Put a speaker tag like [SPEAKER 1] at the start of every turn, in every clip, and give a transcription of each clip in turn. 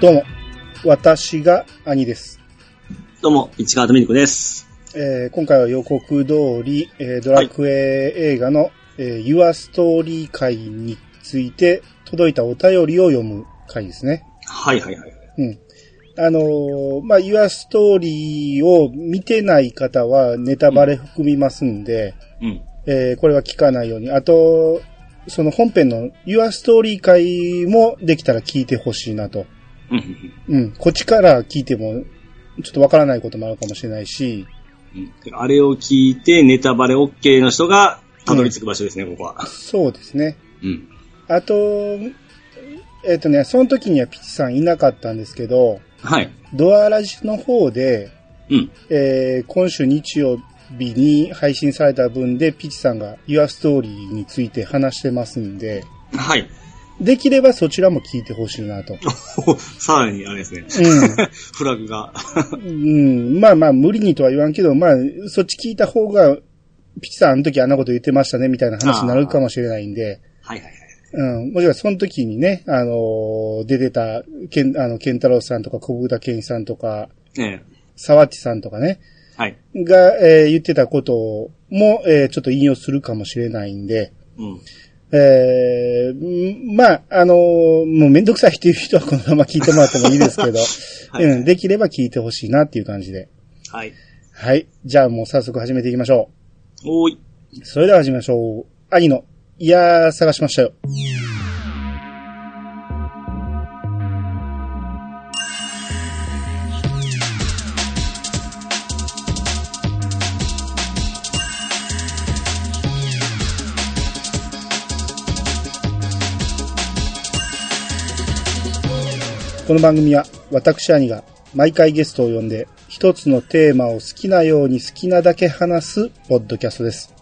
[SPEAKER 1] どうも、私が兄です。
[SPEAKER 2] どうも、市川とみにこです。
[SPEAKER 1] えー今回は予告通り、えードラクエ映画の、えー Your Story 会について届いたお便りを読む回ですね。
[SPEAKER 2] はいはいはい。
[SPEAKER 1] うん。あのーまあ、Your Story を見てない方はネタバレ含みますんで、
[SPEAKER 2] うん。
[SPEAKER 1] えーこれは聞かないように。あと、その本編の Your Story 会もできたら聞いてほしいなと。
[SPEAKER 2] うんうん
[SPEAKER 1] うん。こっちから聞いても、ちょっとわからないこともあるかもしれないし、
[SPEAKER 2] うん。うんあれを聞いて、ネタバレ OK の人が、たどり着く場所ですね、ここは。
[SPEAKER 1] そうですね。
[SPEAKER 2] うん。
[SPEAKER 1] あと、えっ、とね、その時にはピチさんいなかったんですけど、
[SPEAKER 2] はい。
[SPEAKER 1] ドアラジの方で、
[SPEAKER 2] うん。
[SPEAKER 1] えー今週日曜日に配信された分でピチさんが Your Story について話してますんで、
[SPEAKER 2] はい。
[SPEAKER 1] できればそちらも聞いてほしいなと。
[SPEAKER 2] おさらに、あれですね。 フラグが。
[SPEAKER 1] うん。うん。まあまあ、無理にとは言わんけど、まあ、そっち聞いた方が、ピチさんあの時あんなこと言ってましたねみたいな話になるかもしれないんで、
[SPEAKER 2] はいはいはい。
[SPEAKER 1] うん。もちろんその時にね、あのー出てた、けん、あの、ケンタロウさんとか、小豚健一さんとか、
[SPEAKER 2] ね
[SPEAKER 1] 沢地さんとかね、
[SPEAKER 2] えはい。
[SPEAKER 1] が、えー言ってたことも、えーちょっと引用するかもしれないんで、
[SPEAKER 2] うん。
[SPEAKER 1] えーんまあ、あのーもうめんどくさいっていう人はこのまま聞いてもらってもいいですけど、
[SPEAKER 2] はい
[SPEAKER 1] うん、できれば聞いてほしいなっていう感じで。
[SPEAKER 2] はい。
[SPEAKER 1] はい。じゃあもう早速始めていきましょ
[SPEAKER 2] おーい。
[SPEAKER 1] う。それでは始めましょう。兄の、いやー、探しましたよ。この番組は私兄が毎回ゲストを呼んで一つのテーマを好きなように好きなだけ話すポッドキャストです。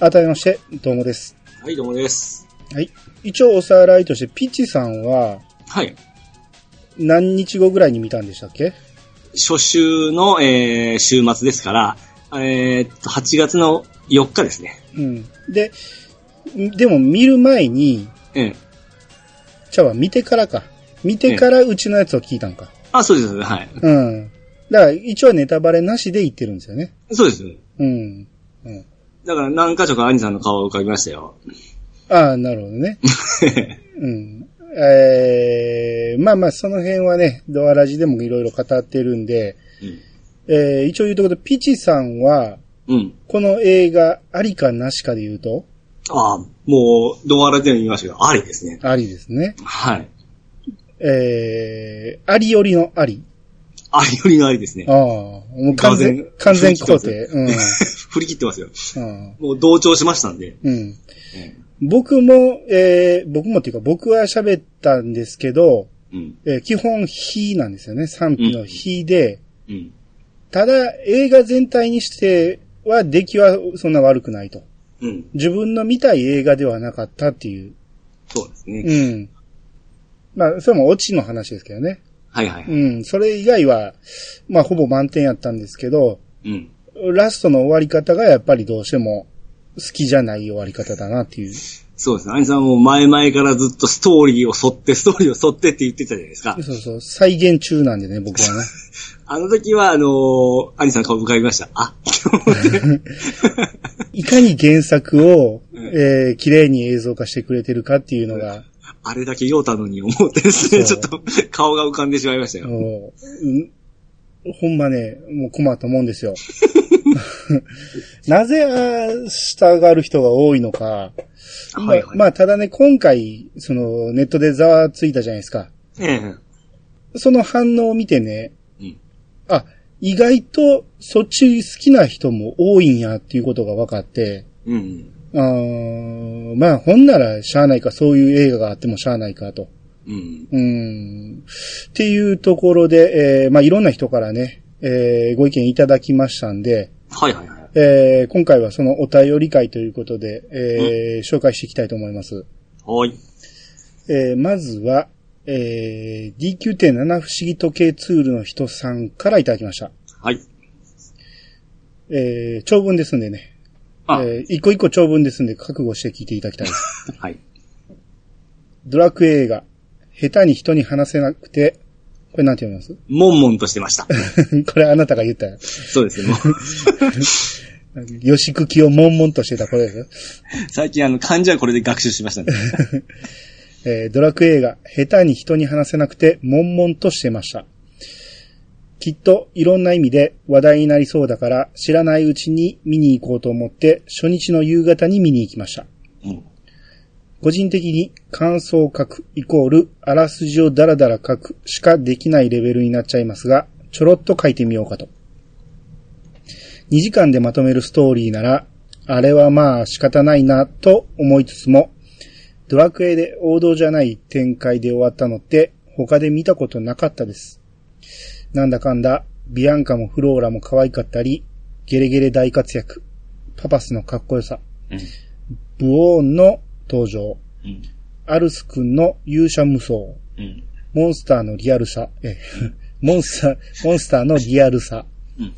[SPEAKER 1] 改めまして、どうもです。
[SPEAKER 2] はい、どうもです。
[SPEAKER 1] はい。一応おさらいとして、ピチさんは
[SPEAKER 2] はい。
[SPEAKER 1] 何日後ぐらいに見たんでしたっけ
[SPEAKER 2] 初週の、えー、週末ですから、えーっと、8月の4日ですね。
[SPEAKER 1] うん。で、でも見る前に、
[SPEAKER 2] うん。
[SPEAKER 1] ちゃうわ、見てからか。見てからうちのやつを聞いたんか。
[SPEAKER 2] あ、そうです。はい。
[SPEAKER 1] うん。だから一応ネタバレなしで言ってるんですよね。
[SPEAKER 2] そうです。
[SPEAKER 1] うん。うん、
[SPEAKER 2] だから何箇所か兄さんの顔を浮かびましたよ。
[SPEAKER 1] ああ、なるほど ね。うん。ええまあまあ、その辺はね、ドアラジでもいろいろ語ってるんで、えー、一応言うとこと、ピチさんは、
[SPEAKER 2] うん。うん。
[SPEAKER 1] この映画、ありかなしかで言うと、
[SPEAKER 2] ああ、もう、ドアラでも言いましたけど、ありですね。
[SPEAKER 1] ありですね。
[SPEAKER 2] はい。
[SPEAKER 1] えー、ありよりのあり。
[SPEAKER 2] ありよりのありですね
[SPEAKER 1] あ。あ、もう完全、完
[SPEAKER 2] 完
[SPEAKER 1] 全
[SPEAKER 2] 全
[SPEAKER 1] 肯定。うん。
[SPEAKER 2] 振り切ってますよ。
[SPEAKER 1] うん
[SPEAKER 2] もう同調しましたんで。
[SPEAKER 1] うん。
[SPEAKER 2] うん
[SPEAKER 1] 僕も、えー、僕もっていうか、僕は喋ったんですけど、
[SPEAKER 2] うん。
[SPEAKER 1] えー基本、非なんですよね。賛否の非で、
[SPEAKER 2] うん。
[SPEAKER 1] ただ、映画全体にしては、出来はそんな悪くないと。
[SPEAKER 2] うん。
[SPEAKER 1] 自分の見たい映画ではなかったっていう。
[SPEAKER 2] そうですね。
[SPEAKER 1] うん。まあ、それもオチの話ですけどね。。
[SPEAKER 2] はいはいう
[SPEAKER 1] ん。それ以外は、まあ、ほぼ満点やったんですけど、
[SPEAKER 2] うん。
[SPEAKER 1] ラストの終わり方がやっぱりどうしても好きじゃない終わり方だなっていう。
[SPEAKER 2] そうですね。兄さんはもう前々からずっとストーリーを沿って、ストーリーを沿ってって言ってたじゃないですか。
[SPEAKER 1] そうそう、再現中なんでね、僕 はね。
[SPEAKER 2] あの時は、あのー、兄さんの顔浮かびました。 あって思って。
[SPEAKER 1] いかに原作を、
[SPEAKER 2] うん
[SPEAKER 1] えー、綺麗に映像化してくれてるかっていうのが、
[SPEAKER 2] あれだけ言おうたのに思ってですね、ち
[SPEAKER 1] そ
[SPEAKER 2] ょ
[SPEAKER 1] う
[SPEAKER 2] っと顔が浮かんでしまいましたよ。
[SPEAKER 1] もううんほんまね、もう困ったもん ですよ。なぜ、ああ従う人が多いのか。
[SPEAKER 2] はい
[SPEAKER 1] ま
[SPEAKER 2] は
[SPEAKER 1] あ
[SPEAKER 2] い。
[SPEAKER 1] まあ、ただね、今回、その、ネットでざわついたじゃないですか。
[SPEAKER 2] え
[SPEAKER 1] その反応を見てね、
[SPEAKER 2] え。うん。
[SPEAKER 1] あ、意外と、そっち好きな人も多いんやっていうことが分かって、
[SPEAKER 2] うん。
[SPEAKER 1] あーまあ、ほんなら、しゃあないか、そういう映画があってもしゃあないかと。
[SPEAKER 2] うん。
[SPEAKER 1] うん。っていうところで、えーまあいろんな人からね、えーご意見いただきましたんで、
[SPEAKER 2] はいはいはい。
[SPEAKER 1] えー今回はそのお便り会ということで、えー紹介していきたいと思います。
[SPEAKER 2] はい。
[SPEAKER 1] えーまずは、えー DQ.7 不思議時計ツールの人さんからいただきました。
[SPEAKER 2] はい。
[SPEAKER 1] えー長文ですんでね、
[SPEAKER 2] あ、
[SPEAKER 1] えー一個一個長文ですんで覚悟して聞いていただきたいです。
[SPEAKER 2] はい。
[SPEAKER 1] ドラクエ映画、下手に人に話せなくて、これなんて読みます
[SPEAKER 2] 悶々としてました。
[SPEAKER 1] これあなたが言ったよ。
[SPEAKER 2] そうですね。もう
[SPEAKER 1] 吉久きを悶々としてたこれですよ。
[SPEAKER 2] 最近あの、漢字はこれで学習しましたね。
[SPEAKER 1] えードラクエ映画、下手に人に話せなくて、悶々としてました。きっと、いろんな意味で話題になりそうだから、知らないうちに見に行こうと思って、初日の夕方に見に行きました。
[SPEAKER 2] うん
[SPEAKER 1] 個人的に感想を書くイコール、あらすじをダラダラ書くしかできないレベルになっちゃいますが、ちょろっと書いてみようかと。2時間でまとめるストーリーなら、あれはまあ仕方ないなと思いつつも、ドラクエで王道じゃない展開で終わったのって他で見たことなかったです。なんだかんだ、ビアンカもフローラも可愛かったり、ゲレゲレ大活躍、パパスのかっこよさ、
[SPEAKER 2] うん
[SPEAKER 1] ブオーンの登場、
[SPEAKER 2] うん
[SPEAKER 1] アルス君の勇者無双、
[SPEAKER 2] うん
[SPEAKER 1] モンスターのリアルさ、え、 モンスター、モンスターのリアルさ、
[SPEAKER 2] うん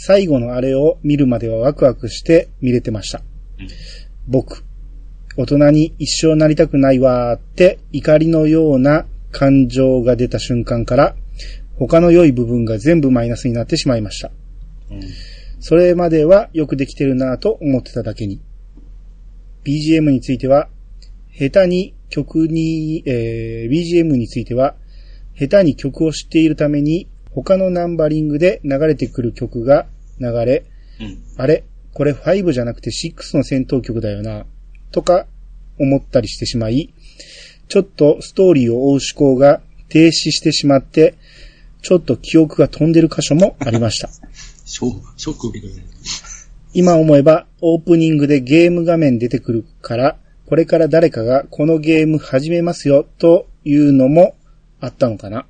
[SPEAKER 1] 最後のあれを見るまではワクワクして見れてました。
[SPEAKER 2] うん
[SPEAKER 1] 僕、大人に一生なりたくないわーって怒りのような感情が出た瞬間から、他の良い部分が全部マイナスになってしまいました。
[SPEAKER 2] うん
[SPEAKER 1] それまではよくできてるなぁと思ってただけに。BGM については、下手に曲に、えー BGM については、下手に曲を知っているために、他のナンバリングで流れてくる曲が流れ、
[SPEAKER 2] うん
[SPEAKER 1] あれこれ5じゃなくて6の戦闘曲だよな、とか思ったりしてしまい、ちょっとストーリーを追う思考が停止してしまって、ちょっと記憶が飛んでる箇所もありました。
[SPEAKER 2] ショショック受けてるね。
[SPEAKER 1] 今思えばオープニングでゲーム画面出てくるから、これから誰かがこのゲーム始めますよというのもあったのかな。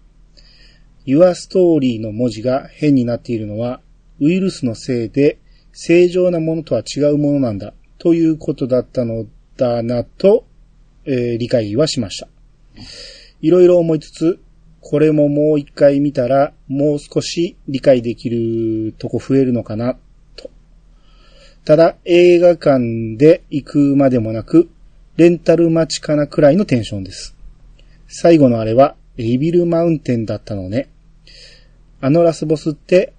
[SPEAKER 1] Your Story の文字が変になっているのはウイルスのせいで正常なものとは違うものなんだということだったのだなと、えー理解はしました。いろいろ思いつつ、これももう一回見たらもう少し理解できるとこ増えるのかなただ映画館で行くまでもなく、レンタル待ちかなくらいのテンションです。最後のあれは、リビルマウンテンだったのね。あのラスボスって、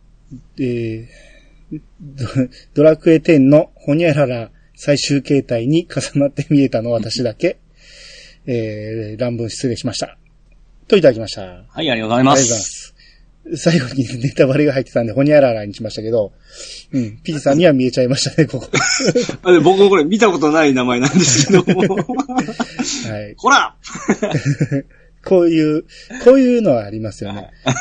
[SPEAKER 1] えー ドドラクエ10のホニャララ最終形態に重なって見えたの私だけ、えー、乱文失礼しました。といただきました。ありがとう
[SPEAKER 2] はい、ありがとうございま。
[SPEAKER 1] ございますす。最後にネタバレが入ってたんで、ホニャララにしましたけど、うん、ピチさんには見えちゃいましたね、ここ。
[SPEAKER 2] あで僕もこれ見たことない名前なんで すけども。
[SPEAKER 1] はい。
[SPEAKER 2] ほら
[SPEAKER 1] こういう、こういうのはありますよね。あ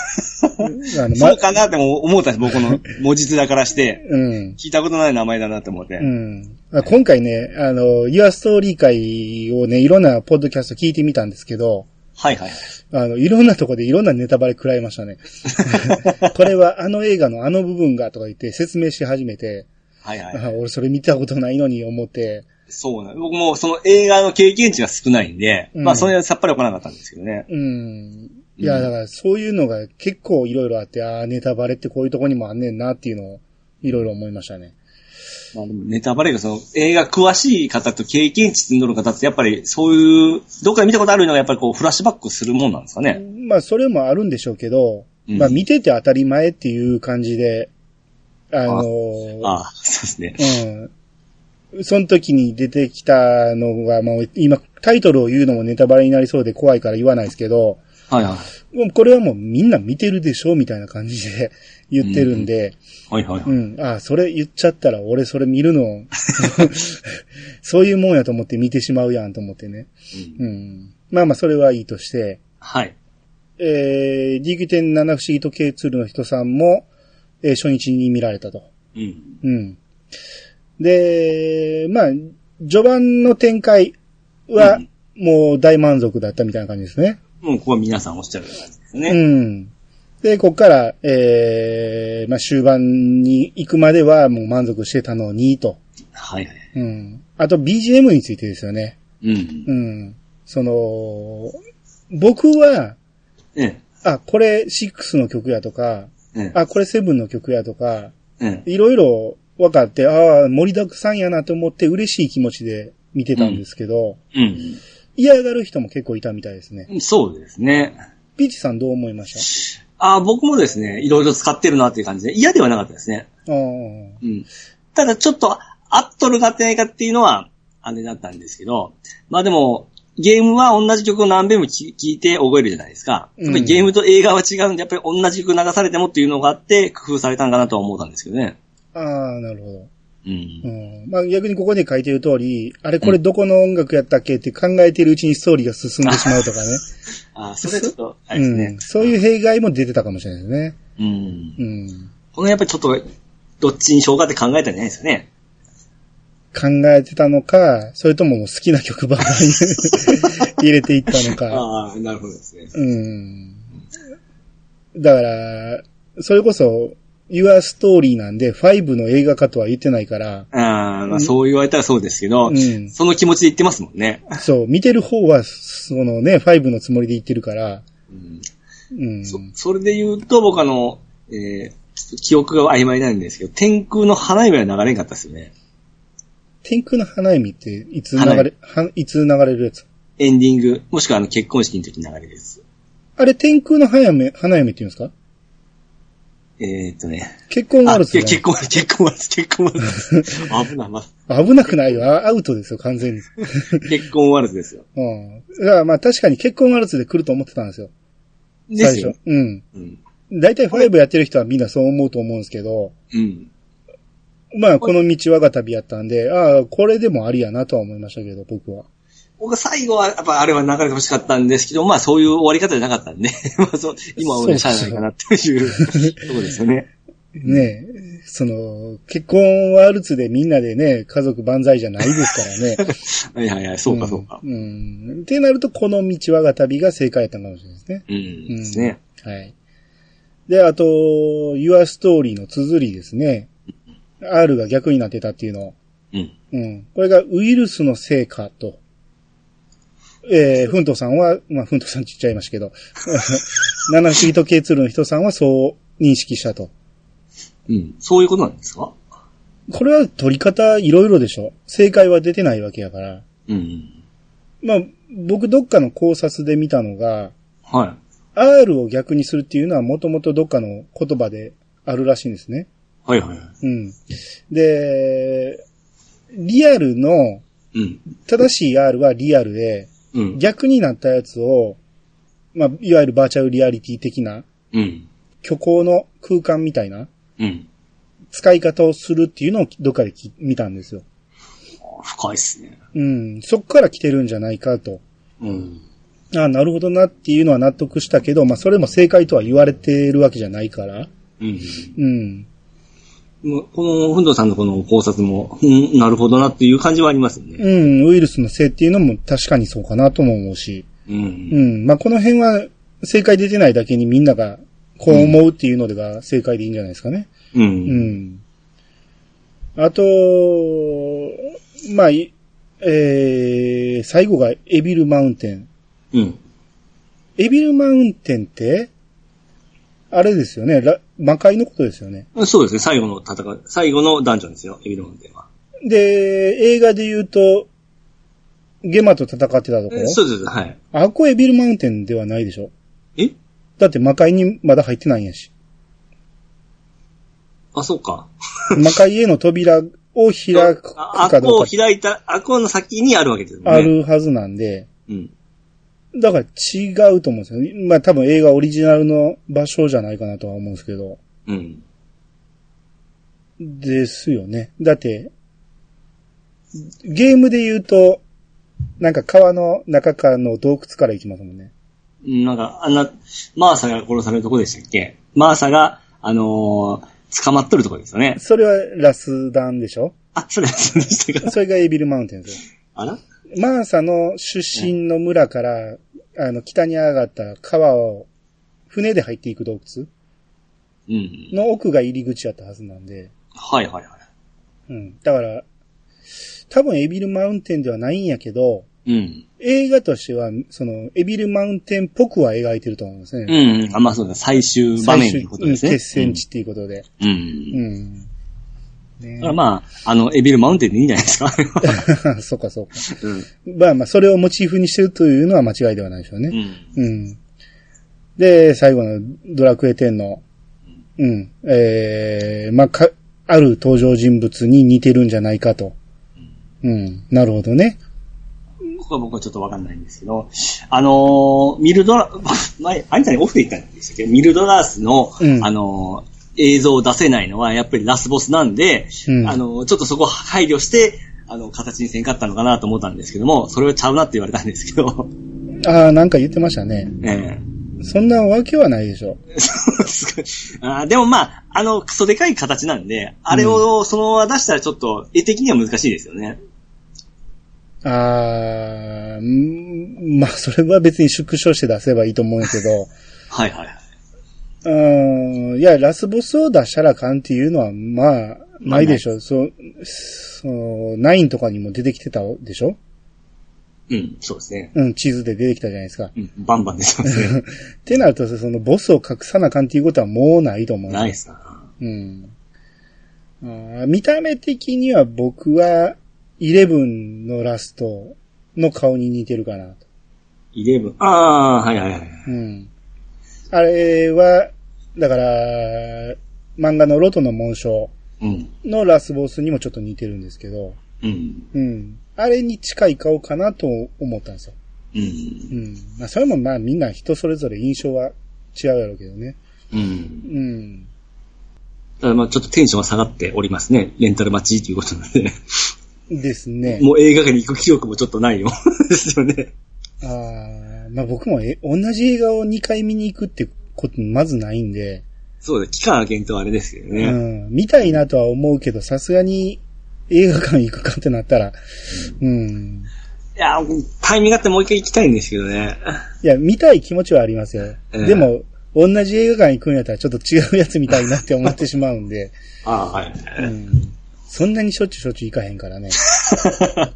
[SPEAKER 1] の、
[SPEAKER 2] そ
[SPEAKER 1] ま
[SPEAKER 2] う、かなっても思ったんです、僕の文字面からして。
[SPEAKER 1] うん。
[SPEAKER 2] 聞いたことない名前だなって思って。
[SPEAKER 1] うん。あ今回ね、あの、Your Story 会をね、いろんなポッドキャスト聞いてみたんですけど、
[SPEAKER 2] はいはい。
[SPEAKER 1] あの、いろんなとこでいろんなネタバレ食らいました ね。これはあの映画のあの部分がとか言って説明し始めて、
[SPEAKER 2] はいはい。
[SPEAKER 1] あ俺それ見たことないのに思って、
[SPEAKER 2] そうなの僕もその映画の経験値が少ないんで、
[SPEAKER 1] うん
[SPEAKER 2] まあそれはさっぱりわからなかったんですけどね。
[SPEAKER 1] うん。いうや、
[SPEAKER 2] ん
[SPEAKER 1] だからそういうのが結構いろいろあって、ああ、ネタバレってこういうとこにもあんねんなっていうのをいろいろ思いましたね。
[SPEAKER 2] まあでもネタバレがその映画詳しい方と経験値積んどる方ってやっぱりそういう、どっかで見たことあるのがやっぱりこうフラッシュバックするもんなんですかね。
[SPEAKER 1] まあ、それもあるんでしょうけど、
[SPEAKER 2] うん
[SPEAKER 1] まあ、見てて当たり前っていう感じで、あのー
[SPEAKER 2] ああ、そうですね。
[SPEAKER 1] うん。その時に出てきたのが、まあ、今、タイトルを言うのもネタバレになりそうで怖いから言わないですけど、
[SPEAKER 2] はいはい。
[SPEAKER 1] もうこれはもうみんな見てるでしょみたいな感じで言ってるんで、
[SPEAKER 2] はいはいは
[SPEAKER 1] う
[SPEAKER 2] い。
[SPEAKER 1] ん、あ、それ言っちゃったら俺それ見る の、そういうもんやと思って見てしまうやんと思ってね。
[SPEAKER 2] うん
[SPEAKER 1] うん。まあまあ、それはいいとして、
[SPEAKER 2] はい。
[SPEAKER 1] えー、DQ107 不思議時計ツールの人さんも、えー初日に見られたと。
[SPEAKER 2] うん。
[SPEAKER 1] うん。で、まあ、序盤の展開は、
[SPEAKER 2] うん
[SPEAKER 1] もう大満足だったみたいな感じですね。
[SPEAKER 2] もうここは皆さんおっしゃるような感じです
[SPEAKER 1] う
[SPEAKER 2] ね。
[SPEAKER 1] ん。で、こっから、えー、まあ終盤に行くまではもう満足してたのに、と。
[SPEAKER 2] はいはい。
[SPEAKER 1] うん。あと BGM についてですよね。
[SPEAKER 2] うん。
[SPEAKER 1] うん。その、僕は、
[SPEAKER 2] え
[SPEAKER 1] あ、これ6の曲やとか、
[SPEAKER 2] え。ええ。
[SPEAKER 1] あ、これセブンの曲やとか、
[SPEAKER 2] ええ
[SPEAKER 1] いろいろ分かって、ああ、盛りだくさんやなと思って嬉しい気持ちで見てたんですけど、
[SPEAKER 2] うん。
[SPEAKER 1] 嫌がる人も結構いたみたいですね。
[SPEAKER 2] そうですね。
[SPEAKER 1] ピーチさんどう思いまし
[SPEAKER 2] あー僕もですね、いろいろ使ってるなっていう感じで、嫌ではなかったですね。
[SPEAKER 1] たああ。
[SPEAKER 2] うん。ただちょっと、合っとるか合ってないかっていうのは、あれだったんですけど、まあでも、ゲームは同じ曲を何遍も聴いて覚えるじゃないですか。
[SPEAKER 1] うん
[SPEAKER 2] やっぱりゲームと映画は違うんで、やっぱり同じ曲流されてもっていうのがあって、工夫されたんかなとは思ったんですけどね。
[SPEAKER 1] ああ、なるほど。
[SPEAKER 2] うん
[SPEAKER 1] う。ん。まあ逆にここに書いてる通り、あれこれどこの音楽やったっけって考えてるうちにストーリーが進んでしまうとかね。
[SPEAKER 2] あーそれちょっと、あれです
[SPEAKER 1] う
[SPEAKER 2] ね
[SPEAKER 1] ん。。そういう弊害も出てたかもしれないですね。
[SPEAKER 2] うん。
[SPEAKER 1] うん。
[SPEAKER 2] このやっぱりちょっと、どっちにしようかって考えたんじゃないですよね。
[SPEAKER 1] 考えてたのか、それとももう好きな曲ばかり 入れていったのか。
[SPEAKER 2] ああ、なるほどですね。
[SPEAKER 1] うん。だから、それこそ、Your Story なんで、5の映画化とは言ってないから、
[SPEAKER 2] ああ、まあそう言われたらそうですけど、
[SPEAKER 1] うん
[SPEAKER 2] その気持ちで言ってますもんね。
[SPEAKER 1] そう、見てる方は、そのね、5のつもりで言ってるから、
[SPEAKER 2] うん
[SPEAKER 1] うん。
[SPEAKER 2] そそれで言うと、僕あの、えーちょっと記憶が曖昧なんですけど、天空の花嫁は流れんかったですよね。
[SPEAKER 1] 天空の花嫁って、いつ流れ、はいつ流れるやつ
[SPEAKER 2] エンディング、もしくはあの結婚式の時に流れるやつ。
[SPEAKER 1] あれ、天空の花嫁、花嫁って言うんですか
[SPEAKER 2] えー、っとね。
[SPEAKER 1] 結婚ワ
[SPEAKER 2] あ
[SPEAKER 1] ルツじゃない
[SPEAKER 2] 結婚、結婚ワルツ、結婚ワルツ。 危ない、まあ、
[SPEAKER 1] 危なくないよ。あアウトですよ、完全に。
[SPEAKER 2] 結婚ワルツですよ。
[SPEAKER 1] うん。だからまあ確かに結婚ワルツで来ると思ってたんですよ。
[SPEAKER 2] です
[SPEAKER 1] 最。
[SPEAKER 2] よ
[SPEAKER 1] 初。うん。
[SPEAKER 2] うん。
[SPEAKER 1] 大体5やってる人はみんなそう思うと思うんですけど、
[SPEAKER 2] うん。
[SPEAKER 1] まあこの道我が旅やったんで、ああ、これでもありやなとは思いましたけど、僕は。
[SPEAKER 2] 僕は最後は、やっぱあれは流れてほしかったんですけど、まあそういう終わり方じゃなかったんで、 まあそう、今は
[SPEAKER 1] そう
[SPEAKER 2] 俺
[SPEAKER 1] です
[SPEAKER 2] しゃ
[SPEAKER 1] よ
[SPEAKER 2] あないかなっていうとこですよね。
[SPEAKER 1] ねえ、その、結婚ワルツでみんなでね、家族万歳じゃないですからね。
[SPEAKER 2] はいはいはい、 そうかそうか。
[SPEAKER 1] ん。うん。ってなると、この道我が旅が正解やったのかもしれないですね。
[SPEAKER 2] うん。ですね。
[SPEAKER 1] はい。で、あと、Your Story の綴りですね。R が逆になってたっていうの。
[SPEAKER 2] うん。
[SPEAKER 1] うん。これがウイルスのせいかと。えー、ふんとさんは、まあ、ふんとさんちっちゃいましたけど、 七不思議と K ツールの人さんはそう認識したと。
[SPEAKER 2] うん。そういうことなんですか
[SPEAKER 1] これは取り方いろいろでしょ。正解は出てないわけやから。
[SPEAKER 2] うん。
[SPEAKER 1] まあ、僕どっかの考察で見たのが、
[SPEAKER 2] は
[SPEAKER 1] R を逆にするっていうのはもともとどっかの言葉であるらしいんですね。
[SPEAKER 2] い。はいはいはい。
[SPEAKER 1] うん。で、リアルの、
[SPEAKER 2] うん。
[SPEAKER 1] 正しい R はリアルで、
[SPEAKER 2] うん。
[SPEAKER 1] 逆になったやつを、まあ、いわゆるバーチャルリアリティ的な、
[SPEAKER 2] うん。
[SPEAKER 1] 虚構の空間みたいな
[SPEAKER 2] うん。
[SPEAKER 1] 使い方をするっていうのをどっかでき見たんですよ。
[SPEAKER 2] 深いっすね。
[SPEAKER 1] うん。そっから来てるんじゃないかと。
[SPEAKER 2] うん。
[SPEAKER 1] ああ、なるほどなっていうのは納得したけど、まあ、それも正解とは言われてるわけじゃないから。
[SPEAKER 2] うん。
[SPEAKER 1] うん。
[SPEAKER 2] もうこの、ふんどさんのこの考察も、うん、なるほどなっていう感じはありますよね。
[SPEAKER 1] うん、ウイルスのせいっていうのも確かにそうかなとも思うし。
[SPEAKER 2] う。
[SPEAKER 1] うんん。まあ、この辺は正解出てないだけにみんながこう思うっていうのが正解でいいんじゃないですかね。
[SPEAKER 2] う。
[SPEAKER 1] うんん。あと、まあ、いえー、最後がエビルマウンテン。
[SPEAKER 2] うん。
[SPEAKER 1] エビルマウンテンって、あれですよね。ら魔界のことですよね。
[SPEAKER 2] そうですね。最後の戦い、最後のダンジョンですよ。エビロンでは。
[SPEAKER 1] で、映画で言うと、ゲマと戦ってたとこ
[SPEAKER 2] え
[SPEAKER 1] ろ。
[SPEAKER 2] そうです。はい。
[SPEAKER 1] あっこエビルマウンテンではないでしょ。
[SPEAKER 2] え
[SPEAKER 1] だって魔界にまだ入ってないんやし。
[SPEAKER 2] あ、そうか。
[SPEAKER 1] 魔界への扉を開く
[SPEAKER 2] ああ
[SPEAKER 1] か
[SPEAKER 2] こ
[SPEAKER 1] ど
[SPEAKER 2] を
[SPEAKER 1] うか
[SPEAKER 2] 開いた、あこの先にあるわけですもん
[SPEAKER 1] あ
[SPEAKER 2] ね。。
[SPEAKER 1] るはずなんで、
[SPEAKER 2] うん。
[SPEAKER 1] だから違うと思うんですよね。まあ多分映画オリジナルの場所じゃないかなとは思うんですけど。
[SPEAKER 2] うん。
[SPEAKER 1] ですよね。だって、ゲームで言うと、なんか川の中からの洞窟から行きますもんね。
[SPEAKER 2] うんなんか、あんな、マーサが殺されるとこでしたっけマーサが、あのー捕まっとるとこですよね。
[SPEAKER 1] それはラスダンでしょ
[SPEAKER 2] あ、それ、そうでしたか。
[SPEAKER 1] それがエビルマウンテンです
[SPEAKER 2] あら
[SPEAKER 1] よ。マーサの出身の村から、あの、北に上がった川を、船で入っていく洞窟
[SPEAKER 2] うん。
[SPEAKER 1] の奥が入り口やったはずなんで。
[SPEAKER 2] はいはいは
[SPEAKER 1] うん。だから、多分エビルマウンテンではないんやけど、
[SPEAKER 2] い。うん。
[SPEAKER 1] 映画としては、その、エビルマウンテンっぽくは描いてると思うんですね。
[SPEAKER 2] うんうん。あ、まあそうだ。最終場面
[SPEAKER 1] 最終
[SPEAKER 2] っていうことですね。
[SPEAKER 1] うん決戦地っていうことで。
[SPEAKER 2] うん。
[SPEAKER 1] うん。ね
[SPEAKER 2] だからまあ、あの、エビルマウンテンでいいんじゃないです か。
[SPEAKER 1] そうかそうか。
[SPEAKER 2] うん。
[SPEAKER 1] まあまあ、それをモチーフにしてるというのは間違いではないでしょうね。
[SPEAKER 2] うん。
[SPEAKER 1] うん。で、最後のドラクエ10の、うん、えー、まあ、か、ある登場人物に似てるんじゃないかと。うん、なるほどね。
[SPEAKER 2] ここは僕はちょっとわかんないんですけど、あのーミルドラ、 前、あんたにオフで言ったんでしたっけど、ミルドラースの、
[SPEAKER 1] うん
[SPEAKER 2] あのー映像を出せないのはやっぱりラスボスなんで、
[SPEAKER 1] うん
[SPEAKER 2] あのーちょっとそこは配慮して、あの、形にせんかったのかなと思ったんですけども、それはちゃうなって言われたんですけど、
[SPEAKER 1] ああ、なんか言ってましたね。
[SPEAKER 2] え
[SPEAKER 1] そんなわけはないでしょ。
[SPEAKER 2] えそうですかあー でもまあ、あの、クソでかい形なんで、あれをそのまま出したらちょっと絵的には難しいですよね。
[SPEAKER 1] ああ、うんまあ、それは別に縮小して出せばいいと思うんですけど、
[SPEAKER 2] はいはいはい。
[SPEAKER 1] うん、いや、ラスボスを出したらあかんっていうのは、まあ、
[SPEAKER 2] まあ
[SPEAKER 1] ないでしょ。そう、そう、ナインとかにも出てきてたでしょ
[SPEAKER 2] うん、そうですね。
[SPEAKER 1] うん、地図で出てきたじゃないですか。
[SPEAKER 2] うん、バンバン出てます ね。
[SPEAKER 1] ってなると、そのボスを隠さなあかんっていうことはもうないと思う。
[SPEAKER 2] ナイスだな。
[SPEAKER 1] うん。あー見た目的には僕は、イレブンのラストの顔に似てるかなと。
[SPEAKER 2] イレブン。ああ、はいはいはい。
[SPEAKER 1] うん。あれは、だから、漫画のロトの紋章
[SPEAKER 2] うん。
[SPEAKER 1] のラスボスにもちょっと似てるんですけど、
[SPEAKER 2] うん。
[SPEAKER 1] うん。あれに近い顔かなと思ったんですよ。
[SPEAKER 2] う。
[SPEAKER 1] うんん。まあ、それもまあみんな人それぞれ印象は違うやろうけどね。
[SPEAKER 2] うん。
[SPEAKER 1] うん。
[SPEAKER 2] ただまあちょっとテンションは下がっておりますね。レンタル待ちということなん で。
[SPEAKER 1] ですね。
[SPEAKER 2] もう映画館に行く記憶もちょっとないよ。ですよね。
[SPEAKER 1] あーまあ僕もえ同じ映画を2回見に行くってことまずないんで、
[SPEAKER 2] そうだ、期間限定はあれですけどね。
[SPEAKER 1] うん、見たいなとは思うけど、さすがに映画館行くかってなったら、うん。
[SPEAKER 2] いや、タイミングあってもう一回行きたいんですけど ね。
[SPEAKER 1] いや、見たい気持ちはありますよ。
[SPEAKER 2] うん
[SPEAKER 1] でも、同じ映画館行くんやったらちょっと違うやつ見たいなって思ってしまうんで、
[SPEAKER 2] ああ、はい。
[SPEAKER 1] うん、そんなにしょっちゅうしょっちゅう行かへんからね。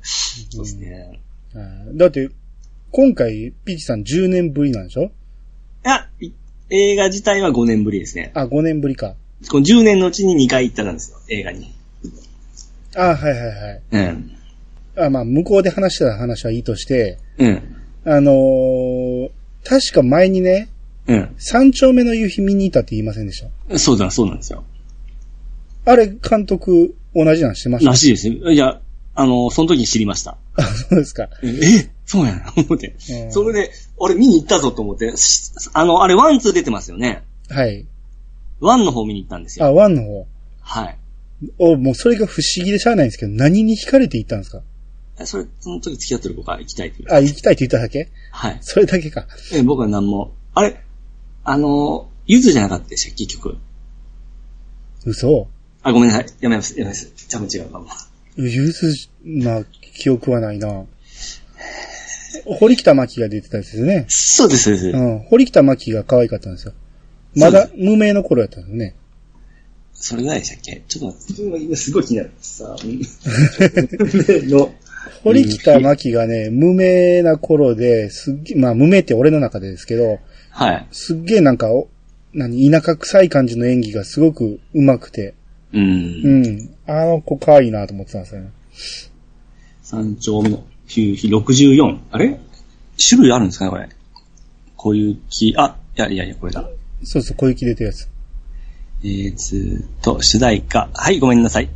[SPEAKER 2] そうですね。
[SPEAKER 1] うんだって、今回、ピーチさん10年ぶりなんでしょ
[SPEAKER 2] いや、い映画自体は5年ぶりですね。
[SPEAKER 1] あ、5年ぶりか。
[SPEAKER 2] この10年のうちに2回行ったんですよ、映画に。
[SPEAKER 1] あ、はいはいはい。
[SPEAKER 2] うん。
[SPEAKER 1] あ、まあ、向こうで話してた話はいいとして、
[SPEAKER 2] うん。
[SPEAKER 1] あのー確か前にね、
[SPEAKER 2] う
[SPEAKER 1] 三丁目の夕日見に行ったって言いませんでし
[SPEAKER 2] ん。そうだ、そうなんですよ。
[SPEAKER 1] た。あれ、監督、同じなんしてました
[SPEAKER 2] らしいですね。いや、あの、その時に知りました。
[SPEAKER 1] あ、そうですか。
[SPEAKER 2] ええ、そうやな、思って。
[SPEAKER 1] うん
[SPEAKER 2] それで、俺見に行ったぞと思って、しあの、あれ、ワン、ツー出てますよね。
[SPEAKER 1] はい。
[SPEAKER 2] ワンの方見に行ったんですよ。
[SPEAKER 1] あ、ワンの方。
[SPEAKER 2] はい。
[SPEAKER 1] お、もうそれが不思議でしゃあないんですけど、何に惹かれて行ったんですか
[SPEAKER 2] えそれ、その時付き合ってる子が行きたいっていう。
[SPEAKER 1] あ、行きたいって言っただけ
[SPEAKER 2] はい。
[SPEAKER 1] それだけか。
[SPEAKER 2] え僕は何も。あれあの、ゆずじゃなかったでしたっけ、結局。
[SPEAKER 1] 嘘
[SPEAKER 2] あ、ごめんなさい。やめます、やめます。多分違うかも。
[SPEAKER 1] ゆずな記憶はないな。堀北真希が出てたやつです ね。
[SPEAKER 2] そうです、そうです。
[SPEAKER 1] うん。堀北真希が可愛かったんですよ。まだ無名の頃やったんですよね。
[SPEAKER 2] それぐらいでしたっけちょっと待って。今、今すごい気になる。さあ、 うんの。
[SPEAKER 1] 堀北真希がね、無名な頃で、すっげまあ無名って俺の中でですけど、
[SPEAKER 2] はい。
[SPEAKER 1] すっげえなんかお、何、田舎臭い感じの演技がすごく上手くて、
[SPEAKER 2] う。
[SPEAKER 1] うんん。あの子可愛いなと思ってたんですよね。
[SPEAKER 2] 三丁目の九比64。あれ種類あるんですかね、これ。こういう木、あ、いやいやいや、これだ。
[SPEAKER 1] そうそう、小雪出てるやつ。
[SPEAKER 2] えー、ずーっと、主題歌。はい、ごめんなさい。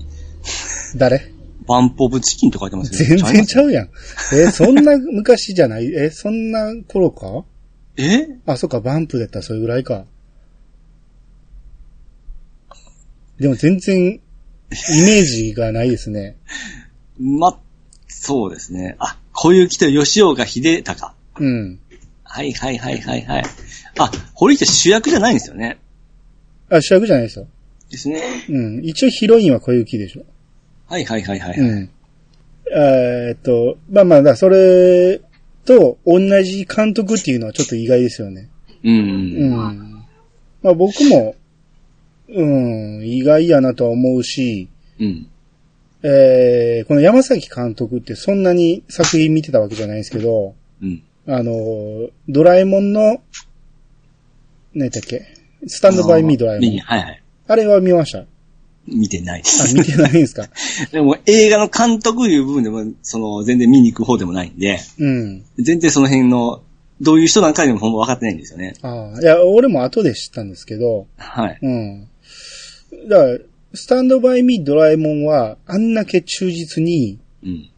[SPEAKER 1] 誰
[SPEAKER 2] バンポブチキンと書いてますけ
[SPEAKER 1] 全
[SPEAKER 2] ど。
[SPEAKER 1] 然
[SPEAKER 2] ち
[SPEAKER 1] ちゃうやん。え、そんな昔じゃないえ、そんな頃か
[SPEAKER 2] ゃいますえ
[SPEAKER 1] あ、そっか、バンプだったらそれぐらいか。でも全然、イメージがないですね。
[SPEAKER 2] ま、そうですね。あ、小雪と吉岡秀隆。
[SPEAKER 1] うん。
[SPEAKER 2] はいはいはいはいはい。あ、堀北主役じゃないんですよね。
[SPEAKER 1] あ、主役じゃないですよ。
[SPEAKER 2] ですね。
[SPEAKER 1] うん。一応ヒロインは小雪でしょ。
[SPEAKER 2] はいはいはいはい。
[SPEAKER 1] うん。えーっと、まあまあ、だからそれと同じ監督っていうのはちょっと意外ですよね。
[SPEAKER 2] う。
[SPEAKER 1] うんん。まあ僕も、うん、意外やなとは思うし、
[SPEAKER 2] うん。
[SPEAKER 1] えーこの山崎監督ってそんなに作品見てたわけじゃないですけど、
[SPEAKER 2] うん。
[SPEAKER 1] あの、ドラえもんの、何だっけスタンドバイミードラえも
[SPEAKER 2] 右
[SPEAKER 1] ん。
[SPEAKER 2] はいはい。
[SPEAKER 1] あれは見ました。
[SPEAKER 2] 見てないで
[SPEAKER 1] あ、
[SPEAKER 2] す。
[SPEAKER 1] 見てないんですか。
[SPEAKER 2] でも映画の監督いう部分でも、その、全然見に行く方でもないんで、
[SPEAKER 1] うん。
[SPEAKER 2] 全然その辺の、どういう人なんかでもほんま分かってないんですよね。
[SPEAKER 1] ああ、いや、俺も後で知ったんですけど、
[SPEAKER 2] はい。
[SPEAKER 1] うん。だから、スタンドバイミードラえもんは、あんだけ忠実に、
[SPEAKER 2] うん。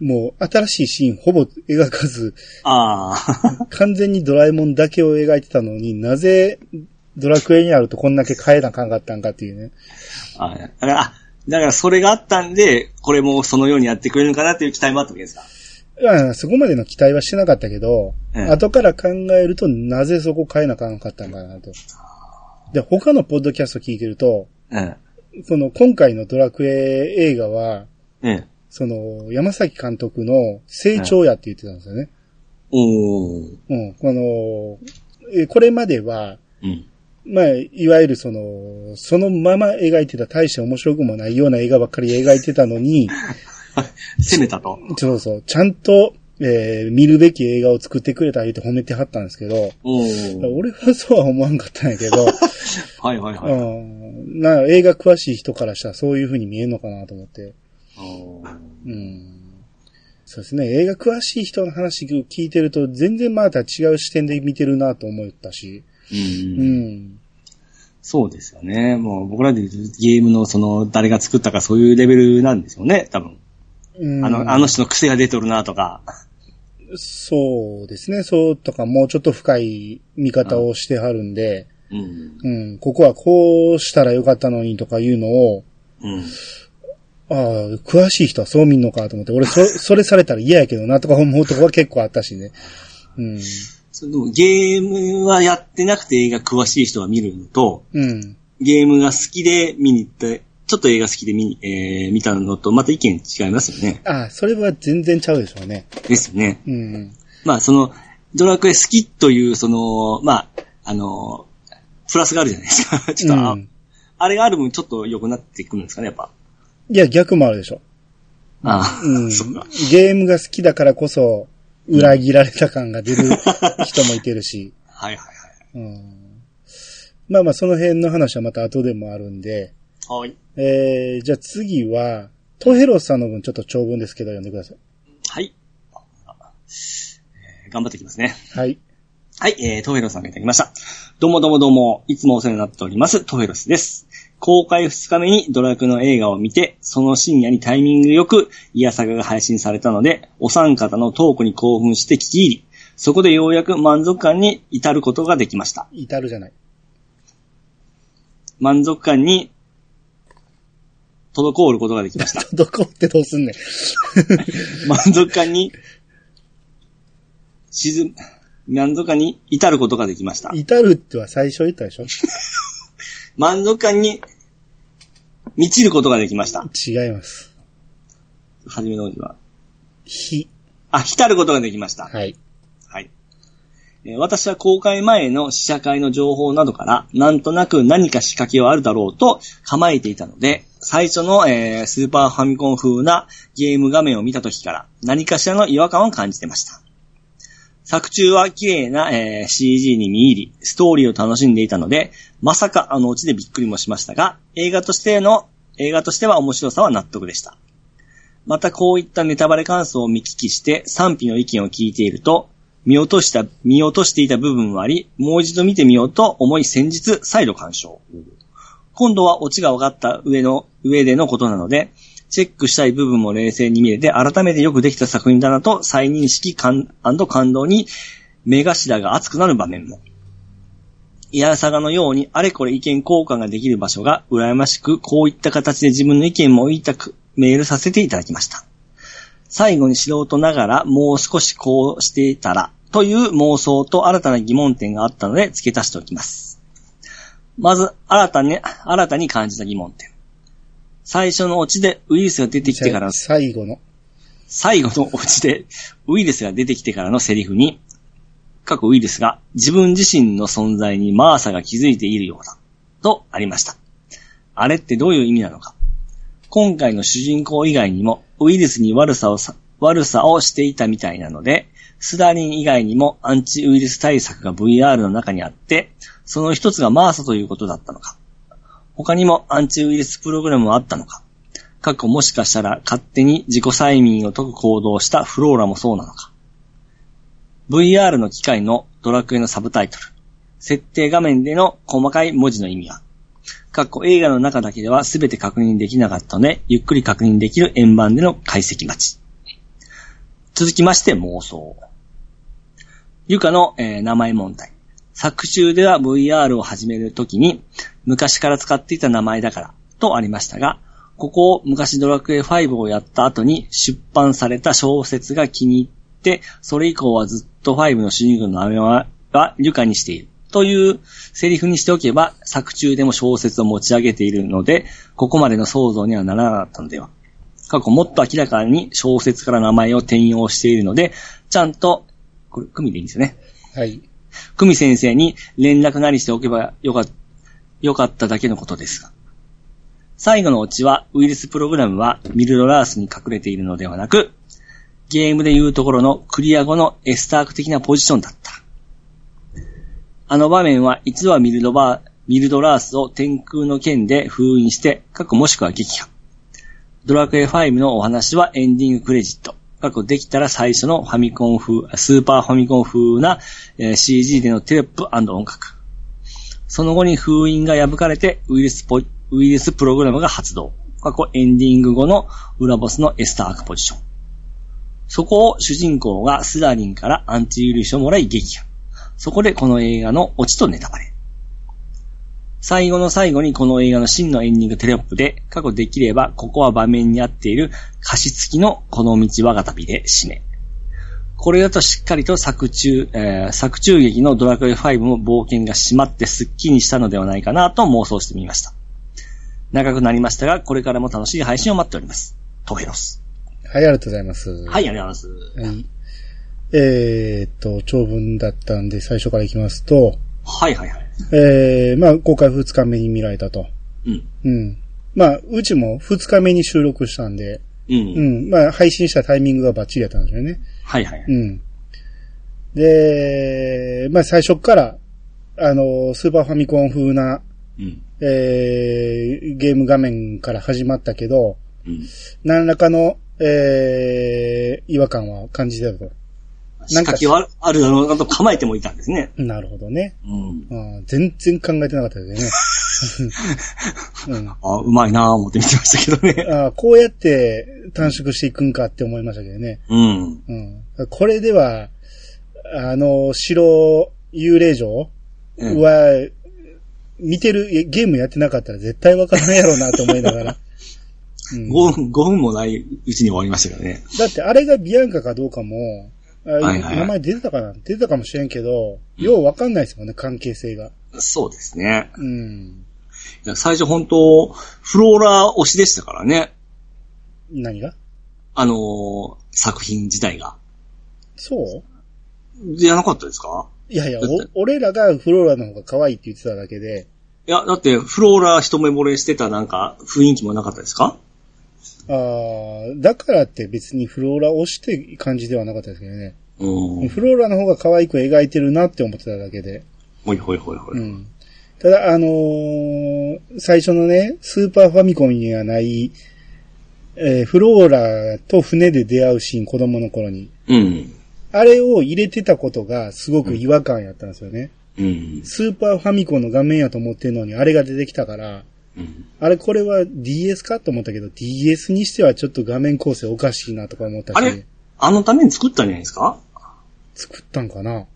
[SPEAKER 1] もう新しいシーンほぼ描かず、
[SPEAKER 2] あ あ、
[SPEAKER 1] 完全にドラえもんだけを描いてたのになぜドラクエになるとこんだけ変えなあかんかったんかっていうね。
[SPEAKER 2] あだから、あだからそれがあったんで、これもそのようにやってくれるのかなっていう期待もあったわけですか。
[SPEAKER 1] いやそこまでの期待はしてなかったけど、
[SPEAKER 2] うん
[SPEAKER 1] 後から考えるとなぜそこ変えなあかんかったんかなと。で、他のポッドキャスト聞いてると、
[SPEAKER 2] うん。
[SPEAKER 1] その今回のドラクエ映画は、
[SPEAKER 2] うん。
[SPEAKER 1] その山崎監督の成長やって言ってたんですよね。
[SPEAKER 2] おー。
[SPEAKER 1] うん、この、えこれまでは、
[SPEAKER 2] うん。
[SPEAKER 1] まあ、いわゆるその、そのまま描いてた大して面白くもないような映画ばっかり描いてたのに、
[SPEAKER 2] 攻めたと。
[SPEAKER 1] そうそう、ちゃんと、えー見るべき映画を作ってくれた言うて褒めてはったんですけど、
[SPEAKER 2] おー。
[SPEAKER 1] 俺はそうは思わんかったんやけど、
[SPEAKER 2] はいはいは
[SPEAKER 1] う
[SPEAKER 2] い。
[SPEAKER 1] ん、な映画詳しい人からしたらそういう風に見えるのかなと思って。
[SPEAKER 2] おー
[SPEAKER 1] うん、そうですね、映画詳しい人の話を聞いてると全然また違う視点で見てるなと思ったし、
[SPEAKER 2] うん
[SPEAKER 1] う。ん、
[SPEAKER 2] そうですよね。もう僕らで言うとゲームのその誰が作ったかそういうレベルなんですよね、多分。
[SPEAKER 1] うん
[SPEAKER 2] あの、あの人の癖が出とるなとか。
[SPEAKER 1] そうですね。そうとか、もうちょっと深い見方をしてはるんで、
[SPEAKER 2] うん。
[SPEAKER 1] うん、ここはこうしたらよかったのにとかいうのを、
[SPEAKER 2] うん。
[SPEAKER 1] ああ、詳しい人はそう見んのかと思って、俺 そ、それされたら嫌やけどなとか思うとこは結構あったしね。うん、
[SPEAKER 2] それでもゲームはやってなくて映画詳しい人は見るのと、
[SPEAKER 1] うん、
[SPEAKER 2] ゲームが好きで見に行って、ちょっと映画好きで見に、えー見たのとまた意見違いますよね。
[SPEAKER 1] ああ、それは全然ちゃうでしょうね。
[SPEAKER 2] ですよね。
[SPEAKER 1] うん、
[SPEAKER 2] まあその、ドラクエ好きという、その、まあ、あの、プラスがあるじゃないですか。 ちょっとあ、
[SPEAKER 1] うん
[SPEAKER 2] あれがある分ちょっと良くなってくるんですかね、やっぱ。
[SPEAKER 1] いや、逆もあるでしょ。
[SPEAKER 2] ああ、
[SPEAKER 1] うん
[SPEAKER 2] そっか。、
[SPEAKER 1] ゲームが好きだからこそ、裏切られた感が出る人もいてるし。
[SPEAKER 2] はいはいはい。
[SPEAKER 1] うんまあまあ、その辺の話はまた後でもあるんで、
[SPEAKER 2] はい。
[SPEAKER 1] えー、じゃあ次は、トヘロさんの分ちょっと長文ですけど読んでください。
[SPEAKER 2] はい。えー頑張っていきますね。
[SPEAKER 1] はい。
[SPEAKER 2] はい、えー、トヘロスさんがいただきました。どうもどうもどうも、いつもお世話になっております、トヘロスです。公開2日目にドラクエの映画を見て、その深夜にタイミングよく、イヤサガが配信されたので、お三方のトークに興奮して聞き入り、そこでようやく満足感に至ることができました。
[SPEAKER 1] 至るじゃない。
[SPEAKER 2] 満足感に、滞ることができました。
[SPEAKER 1] どこってどうすんねん。
[SPEAKER 2] 満足感に、沈む、満足感に至ることができま した。
[SPEAKER 1] 至るっては最初言ったで しょ
[SPEAKER 2] 満足感に、満ちることができました。
[SPEAKER 1] 違います。
[SPEAKER 2] はじめの文字は。
[SPEAKER 1] ひ。
[SPEAKER 2] あ、浸ることができました。
[SPEAKER 1] はい。
[SPEAKER 2] はい。えー私は公開前の試写会の情報などから、なんとなく何か仕掛けはあるだろうと構えていたので、最初の、えースーパーファミコン風なゲーム画面を見た時から、何かしらの違和感を感じてました。作中は綺麗な、えー CG に見入り、ストーリーを楽しんでいたので、まさかあのうちでびっくりもしましたが、映画としての、映画としては面白さは納得でした。またこういったネタバレ感想を見聞きして賛否の意見を聞いていると、見落とした、見落としていた部分もあり、もう一度見てみようと思い先日再度鑑賞。今度はオチが分かった上の、上でのことなので、チェックしたい部分も冷静に見れて、改めてよくできた作品だなと再認識感感動に目頭が熱くなる場面も。いやさがのようにあれこれ意見交換ができる場所が羨ましく、こういった形で自分の意見も言いたくメールさせていただきました。最後に素人ながらもう少しこうしていたらという妄想と新たな疑問点があったので付け足しておきます。まず、新たに、新たに感じた疑問点。最初のオチでウイルスが出てきてからの
[SPEAKER 1] さ最後の。
[SPEAKER 2] 最後のオチで、ウイルスが出てきてからのセリフに、過去ウイルスが自分自身の存在にマーサが気づいているようだ、とありました。あれってどういう意味なのか今回の主人公以外にも、ウイルスに悪さをさ、悪さをしていたみたいなので、スダリン以外にもアンチウイルス対策が VR の中にあって、その一つがマーサということだったのか。他にもアンチウイルスプログラムはあったのか過去もしかしたら勝手に自己催眠を解く行動をしたフローラもそうなのか VR の機械のドラクエのサブタイトル。設定画面での細かい文字の意味は過去映画の中だけでは全て確認できなかったので、ゆっくり確認できる円盤での解析待ち。続きまして妄想。ゆかの、えー名前問題。作中では VR を始めるときに、昔から使っていた名前だから、とありましたが、ここを昔ドラクエ5をやった後に出版された小説が気に入って、それ以降はずっと5の主人公の名前は、はゆかにしている。というセリフにしておけば、作中でも小説を持ち上げているので、ここまでの想像にはならなかったのでは。過去もっと明らかに小説から名前を転用しているので、ちゃんと、これ、組でいいんですよね。
[SPEAKER 1] はい。
[SPEAKER 2] 久美先生に連絡なりしておけばよかよかっただけのことですが。最後のオチは、ウイルスプログラムはミルドラースに隠れているのではなく、ゲームで言うところのクリア後のエスターク的なポジションだった。あの場面は一度はミルドバー、ミルドラースを天空の剣で封印して、過去もしくは撃破。ドラクエ5のお話はエンディングクレジット。過去できたら最初のファミコン風、スーパーファミコン風な、えー CG でのテロップ音楽。その後に封印が破かれてウイルスポ、ウイルスプログラムが発動。過去エンディング後の裏ボスのエスタークポジション。そこを主人公がスラリンからアンチウイルスをもらい撃破。そこでこの映画のオチとネタバレ。最後の最後にこの映画の真のエンディングテレップで、過去できればここは場面に合っている歌詞付きのこの道我が旅で締め。これだとしっかりと作中、えー作中劇のドラクエ5も冒険が締まってスッキリしたのではないかなと妄想してみました。長くなりましたが、これからも楽しい配信を待っております。トヘロス。
[SPEAKER 1] はい、ありがとうございます。
[SPEAKER 2] はい、ありがとうございます。
[SPEAKER 1] はい。えーっと、長文だったんで最初からいきますと、
[SPEAKER 2] はいはいはい。
[SPEAKER 1] えー、まあ、公開2日目に見られたと。
[SPEAKER 2] うん。
[SPEAKER 1] うん。まあ、うちも2日目に収録したんで、
[SPEAKER 2] う。
[SPEAKER 1] うんん。まあ、配信したタイミングがバッチリやったんですよね。
[SPEAKER 2] はいはい。
[SPEAKER 1] うん。で、まあ、最初から、あの、スーパーファミコン風な、
[SPEAKER 2] うん。
[SPEAKER 1] えー、ゲーム画面から始まったけど、
[SPEAKER 2] うん。
[SPEAKER 1] 何らかの、えー、違和感は感じてたと。
[SPEAKER 2] 仕掛けはあるだろうなと構えてもいたんですね。
[SPEAKER 1] なるほどね。
[SPEAKER 2] うん。
[SPEAKER 1] あー全然考えてなかったです よね。うん
[SPEAKER 2] あうまいなぁ思って見てましたけどね。
[SPEAKER 1] あーこうやって短縮していくんかって思いましたけどね。
[SPEAKER 2] うん。
[SPEAKER 1] うん、これでは、あの、城、幽霊城
[SPEAKER 2] うん
[SPEAKER 1] は、見てる、えゲームやってなかったら絶対わからないやろうなと思いな がら。うん
[SPEAKER 2] 5分、5分もないうちに終わりましたけどね。
[SPEAKER 1] だってあれがビアンカかどうかも、あ
[SPEAKER 2] はいはい
[SPEAKER 1] 名前出てたかな出てたかもしれんけど、ようわかんないですもんね、関係性が。
[SPEAKER 2] そうですね。
[SPEAKER 1] うん。
[SPEAKER 2] いや最初本当、フローラー推しでしたからね。
[SPEAKER 1] 何が
[SPEAKER 2] あのー作品自体が。
[SPEAKER 1] そう
[SPEAKER 2] じゃなかったですか
[SPEAKER 1] いやいや
[SPEAKER 2] だって、
[SPEAKER 1] お俺らがフローラの方が可愛いって言ってただけで、
[SPEAKER 2] いや、だって、フローラー一目惚れしてたなんか、雰囲気もなかったですか
[SPEAKER 1] あーだからって別にフローラをして感じではなかったですけどね。
[SPEAKER 2] うん。
[SPEAKER 1] フローラの方が可愛く描いてるなって思ってただけで。
[SPEAKER 2] ほいほいほいほ
[SPEAKER 1] う
[SPEAKER 2] い。
[SPEAKER 1] ん。ただ、あのー最初のね、スーパーファミコンにはない、えーフローラと船で出会うシーン、子供の頃に。
[SPEAKER 2] うん。
[SPEAKER 1] あれを入れてたことがすごく違和感やったんですよね。
[SPEAKER 2] うん。
[SPEAKER 1] スーパーファミコンの画面やと思ってるのに、あれが出てきたから、
[SPEAKER 2] うん。
[SPEAKER 1] あれこれは DS かと思ったけど、DS にしてはちょっと画面構成おかしいなとか思った
[SPEAKER 2] あ
[SPEAKER 1] し
[SPEAKER 2] れ、あのために作ったんじゃないですか
[SPEAKER 1] 作ったんかな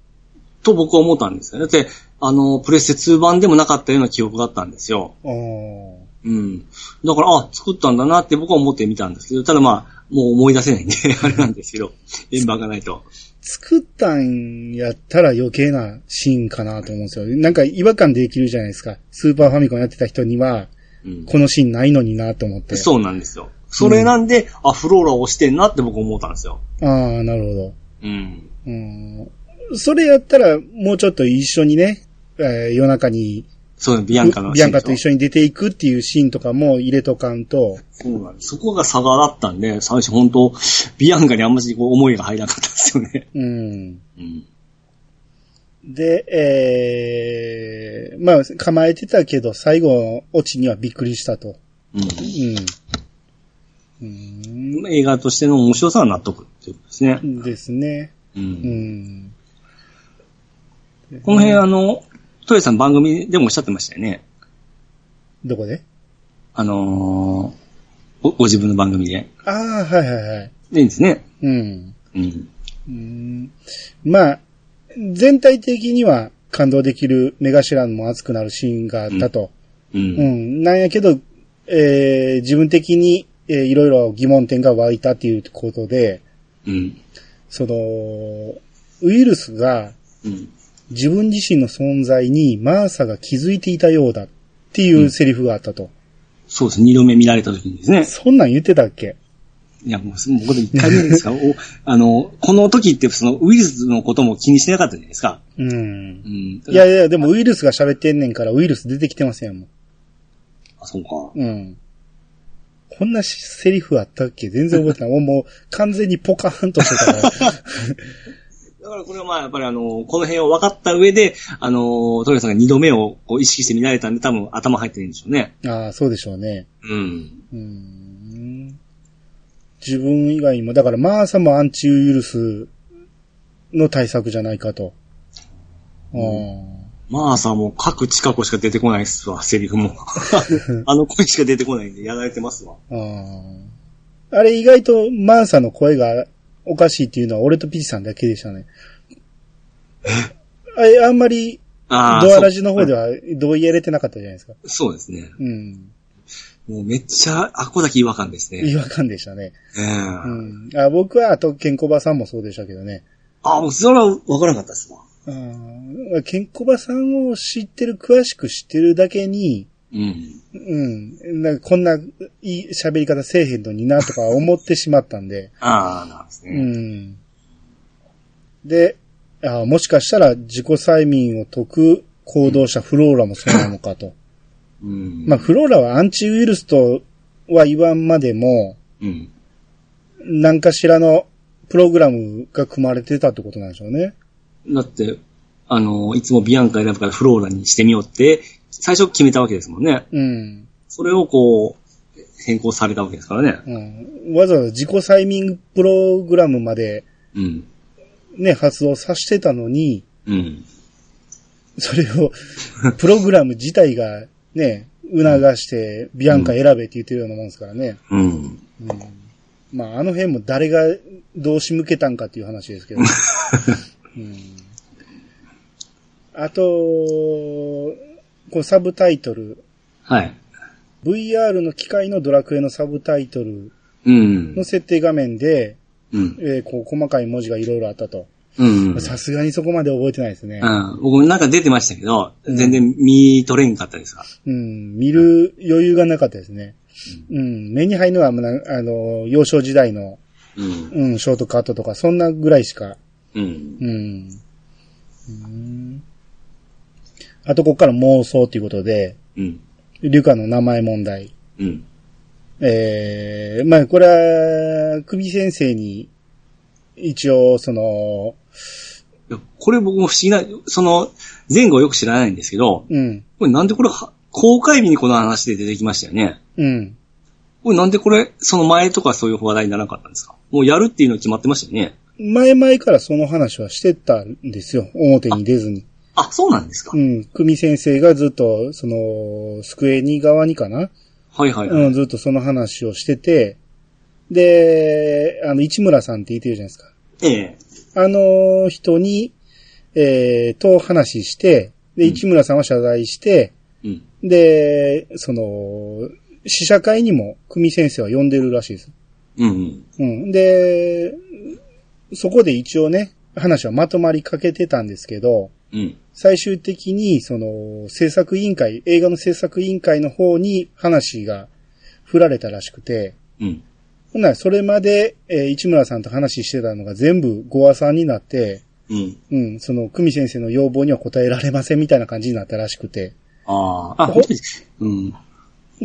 [SPEAKER 2] と僕は思ったんですよね。だって、あの、プレステ2版でもなかったような記憶があったんですよ。
[SPEAKER 1] あー
[SPEAKER 2] うん。だから、あ、作ったんだなって僕は思ってみたんですけど、ただまあ、もう思い出せないんで、 あれなんですけど、円盤がないと。
[SPEAKER 1] 作ったんやったら余計なシーンかなと思うんですよ。なんか違和感できるじゃないですか。スーパーファミコンやってた人には、
[SPEAKER 2] うん。
[SPEAKER 1] このシーンないのになと思って。
[SPEAKER 2] そうなんですよ。それなんで、あ、フローラを押してんなって僕思ったんですよ。
[SPEAKER 1] ああ、なるほど。
[SPEAKER 2] うん。
[SPEAKER 1] うん。それやったら、もうちょっと一緒にね、えー夜中に、
[SPEAKER 2] そう、ビアンカの
[SPEAKER 1] ビアンカと一
[SPEAKER 2] 緒
[SPEAKER 1] 緒に出ていくっていうシーンとかも入れとかんと、
[SPEAKER 2] そうなんです。そこが差があったんで、最初本当ビアンカにあんまりこう思いが入らなかったんですよね。
[SPEAKER 1] うん。
[SPEAKER 2] うん。
[SPEAKER 1] で、えー、まあ、構えてたけど、最後のオチにはびっくりしたと。
[SPEAKER 2] うん
[SPEAKER 1] うん。うん。
[SPEAKER 2] 映画としての面白さは納得っていうことですね。
[SPEAKER 1] ですね。
[SPEAKER 2] う。
[SPEAKER 1] うんん。
[SPEAKER 2] この辺、あの、トヨさん番組でもおっしゃってましたよね。
[SPEAKER 1] どこで
[SPEAKER 2] あのーご、ご自分の番組で。
[SPEAKER 1] ああ、はいはいはい。
[SPEAKER 2] でいいんですね。
[SPEAKER 1] うん。
[SPEAKER 2] うん。
[SPEAKER 1] うん、まあ、全体的には感動できる目頭も熱くなるシーンがあったと。
[SPEAKER 2] う。
[SPEAKER 1] うんん。なんやけど、えー、自分的に、えー、いろいろ疑問点が湧いたっていうことで、
[SPEAKER 2] うん。
[SPEAKER 1] その、ウイルスが
[SPEAKER 2] うん。
[SPEAKER 1] 自分自身の存在にマーサが気づいていたようだっていうセリフがあったと。
[SPEAKER 2] そうです。二度目見られた時にですね。
[SPEAKER 1] そんなん言ってたっけ
[SPEAKER 2] いや、もう、もうこれ一回目 ですから、おあの、この時って、その、ウイルスのことも気にしてなかったじゃないですか。
[SPEAKER 1] うん
[SPEAKER 2] う。ん。
[SPEAKER 1] いやいや、でもウイルスが喋ってんねんからウイルス出てきてませんもん。
[SPEAKER 2] あ、そうか。
[SPEAKER 1] うん。こんなしセリフあったっけ全然覚えてない。もうもう完全にポカーンとしてたから。
[SPEAKER 2] だからこれはまあ、やっぱりあの、この辺を分かった上で、あの、トリさんが二度目をこう意識して見られたんで、多分頭入ってるんでしょうね。
[SPEAKER 1] ああ、そうでしょうね。
[SPEAKER 2] うん。
[SPEAKER 1] うーん。自分以外にも、だからマーサもアンチウイルスの対策じゃないかと。あ
[SPEAKER 2] まあさ、もう各近くしか出てこないっすわ、セリフ も。 あの声しか出てこないんで、やられてますわ。
[SPEAKER 1] あーあれ意外とマーサの声がおかしいっていうのは俺とピチさんだけでしたね。あれあんまり
[SPEAKER 2] ああ。
[SPEAKER 1] ドアラジの方で
[SPEAKER 2] は。
[SPEAKER 1] は同意得れてなかったじゃないですか。
[SPEAKER 2] そうですね。
[SPEAKER 1] うん。
[SPEAKER 2] もうめっちゃ、あっこだけ違和感ですね。
[SPEAKER 1] 違和感でしたね。
[SPEAKER 2] ええ
[SPEAKER 1] うん。あ僕は、あと、ケンコバさんもそうでしたけどね。
[SPEAKER 2] あ、もうそれは分からなかったですわ。
[SPEAKER 1] うん。ケンコバさんを知ってる、詳しく知ってるだけに、
[SPEAKER 2] うん。
[SPEAKER 1] うん。なんかこんないい喋り方せえへんのになとか思ってしまったん で。
[SPEAKER 2] ああ、なんです
[SPEAKER 1] う
[SPEAKER 2] ね。
[SPEAKER 1] ん。で、あもしかしたら自己催眠を解く行動者フローラもそうなのかと。
[SPEAKER 2] うん
[SPEAKER 1] まあ、フローラはアンチウイルスとは言わんまでも、
[SPEAKER 2] うん。
[SPEAKER 1] 何かしらのプログラムが組まれてたってことなんでしょうね。
[SPEAKER 2] だって、あの、いつもビアンカ選ぶからフローラにしてみようって、最初決めたわけですもんね。
[SPEAKER 1] うん。
[SPEAKER 2] それをこう、変更されたわけですからね。
[SPEAKER 1] うん、わざわざ自己催眠プログラムまで
[SPEAKER 2] うん。
[SPEAKER 1] ね、発動させてたのに、
[SPEAKER 2] うん。
[SPEAKER 1] それを、プログラム自体がね、促して、ビアンカ選べって言ってるようなもんですからね。
[SPEAKER 2] うん。
[SPEAKER 1] うん。まあ、あの辺も誰がどうし向けたんかっていう話ですけど。うん、あと、こうサブタイトル、
[SPEAKER 2] はい。
[SPEAKER 1] VR の機械のドラクエのサブタイトル
[SPEAKER 2] うん
[SPEAKER 1] の。設定画面で、
[SPEAKER 2] うん。
[SPEAKER 1] えーこう細かい文字がいろいろあったと。
[SPEAKER 2] うん。
[SPEAKER 1] さすがにそこまで覚えてないですね。
[SPEAKER 2] うん、僕もなんか出てましたけど、
[SPEAKER 1] うん
[SPEAKER 2] 全然見取れんかったですが。
[SPEAKER 1] うん、見る余裕がなかったですね。うん、目に入るのは、まああの、幼少時代の、
[SPEAKER 2] うん。
[SPEAKER 1] うん、ショートカットとか、そんなぐらいしか。
[SPEAKER 2] うん。
[SPEAKER 1] うん。うん、あと、ここから妄想ということで、
[SPEAKER 2] うん。
[SPEAKER 1] リュカの名前問題。
[SPEAKER 2] うん。
[SPEAKER 1] えー、まあ、これは、久美先生に、一応、その、
[SPEAKER 2] いやこれ僕も不思議な、その、前後よく知らないんですけど、
[SPEAKER 1] うん、
[SPEAKER 2] これなんでこれは、公開日にこの話で出てきましたよね。
[SPEAKER 1] うん。
[SPEAKER 2] これなんでこれ、その前とかそういう話題にならなかったんですかもうやるっていうの決まってましたよね。
[SPEAKER 1] 前々からその話はしてたんですよ。表に出ずに。
[SPEAKER 2] あ、そうなんですか、
[SPEAKER 1] うん。久美先生がずっと、その、スクエニ側にかな、
[SPEAKER 2] はいはいはい。
[SPEAKER 1] うん、ずっとその話をしてて、で、あの、市村さんって言ってるじゃないですか。
[SPEAKER 2] ええ。
[SPEAKER 1] あの人に、えー、と話して、で、
[SPEAKER 2] うん
[SPEAKER 1] 市村さんは謝罪して、
[SPEAKER 2] うん。
[SPEAKER 1] で、その、試写会にも久美先生は呼んでるらしいです。
[SPEAKER 2] うんうん。
[SPEAKER 1] うん。で、そこで一応ね、話はまとまりかけてたんですけど、
[SPEAKER 2] うん。
[SPEAKER 1] 最終的に、その、制作委員会、映画の制作委員会の方に話が振られたらしくて、
[SPEAKER 2] うん。
[SPEAKER 1] ほんならそれまで、えー市村さんと話してたのが全部ゴアさんになって、
[SPEAKER 2] うん。
[SPEAKER 1] うん、その、久美先生の要望には応えられませんみたいな感じになったらしくて。
[SPEAKER 2] ああ。あ、
[SPEAKER 1] ほ
[SPEAKER 2] 本当に。うん。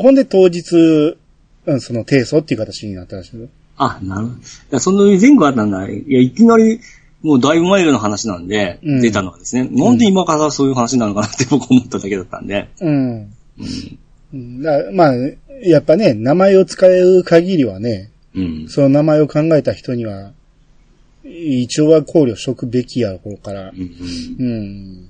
[SPEAKER 1] ほんで当日、うん、その、提訴っていう形になったらしい。
[SPEAKER 2] あ、なるほど。だからその前後あったんだ。いや、いきなり、もうだいぶ前の話なんで、
[SPEAKER 1] うん
[SPEAKER 2] 出たのはですね、なんで今からそういう話なのかなって僕思っただけだったんで、
[SPEAKER 1] うん。
[SPEAKER 2] うん。
[SPEAKER 1] うんだまあ、やっぱね、名前を使う限りはね、
[SPEAKER 2] うん。
[SPEAKER 1] その名前を考えた人には、一応は考慮しとくべきやろうから
[SPEAKER 2] う。ん
[SPEAKER 1] うん。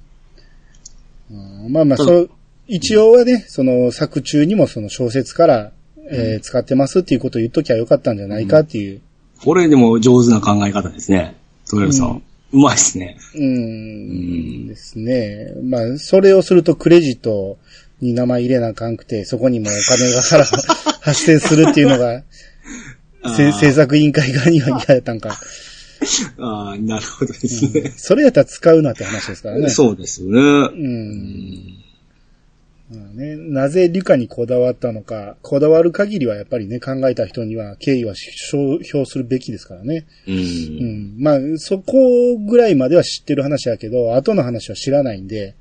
[SPEAKER 1] うんまあまあ、
[SPEAKER 2] た
[SPEAKER 1] そ
[SPEAKER 2] だ
[SPEAKER 1] の、一応はね、その作中にもその小説から、えー使ってますっていうことを言っときゃよかったんじゃないかっていう。
[SPEAKER 2] これでも上手な考え方ですね。トレルさん。うまいですね。
[SPEAKER 1] う。
[SPEAKER 2] うんん。
[SPEAKER 1] ですね。まあ、それをするとクレジットに名前入れなあかんくて、そこにもお金が から発生するっていうのが、せ制作委員会側には嫌やったんか。
[SPEAKER 2] ああ、なるほどですね。
[SPEAKER 1] それやったら使うなって話ですからね。
[SPEAKER 2] そうですよ
[SPEAKER 1] う
[SPEAKER 2] ね。
[SPEAKER 1] ん。まあね、なぜ理科にこだわったのか、こだわる限りはやっぱりね、考えた人には敬意は表するべきですからね。
[SPEAKER 2] う。
[SPEAKER 1] うんん。まあ、そこぐらいまでは知ってる話やけど、後の話は知らないんで、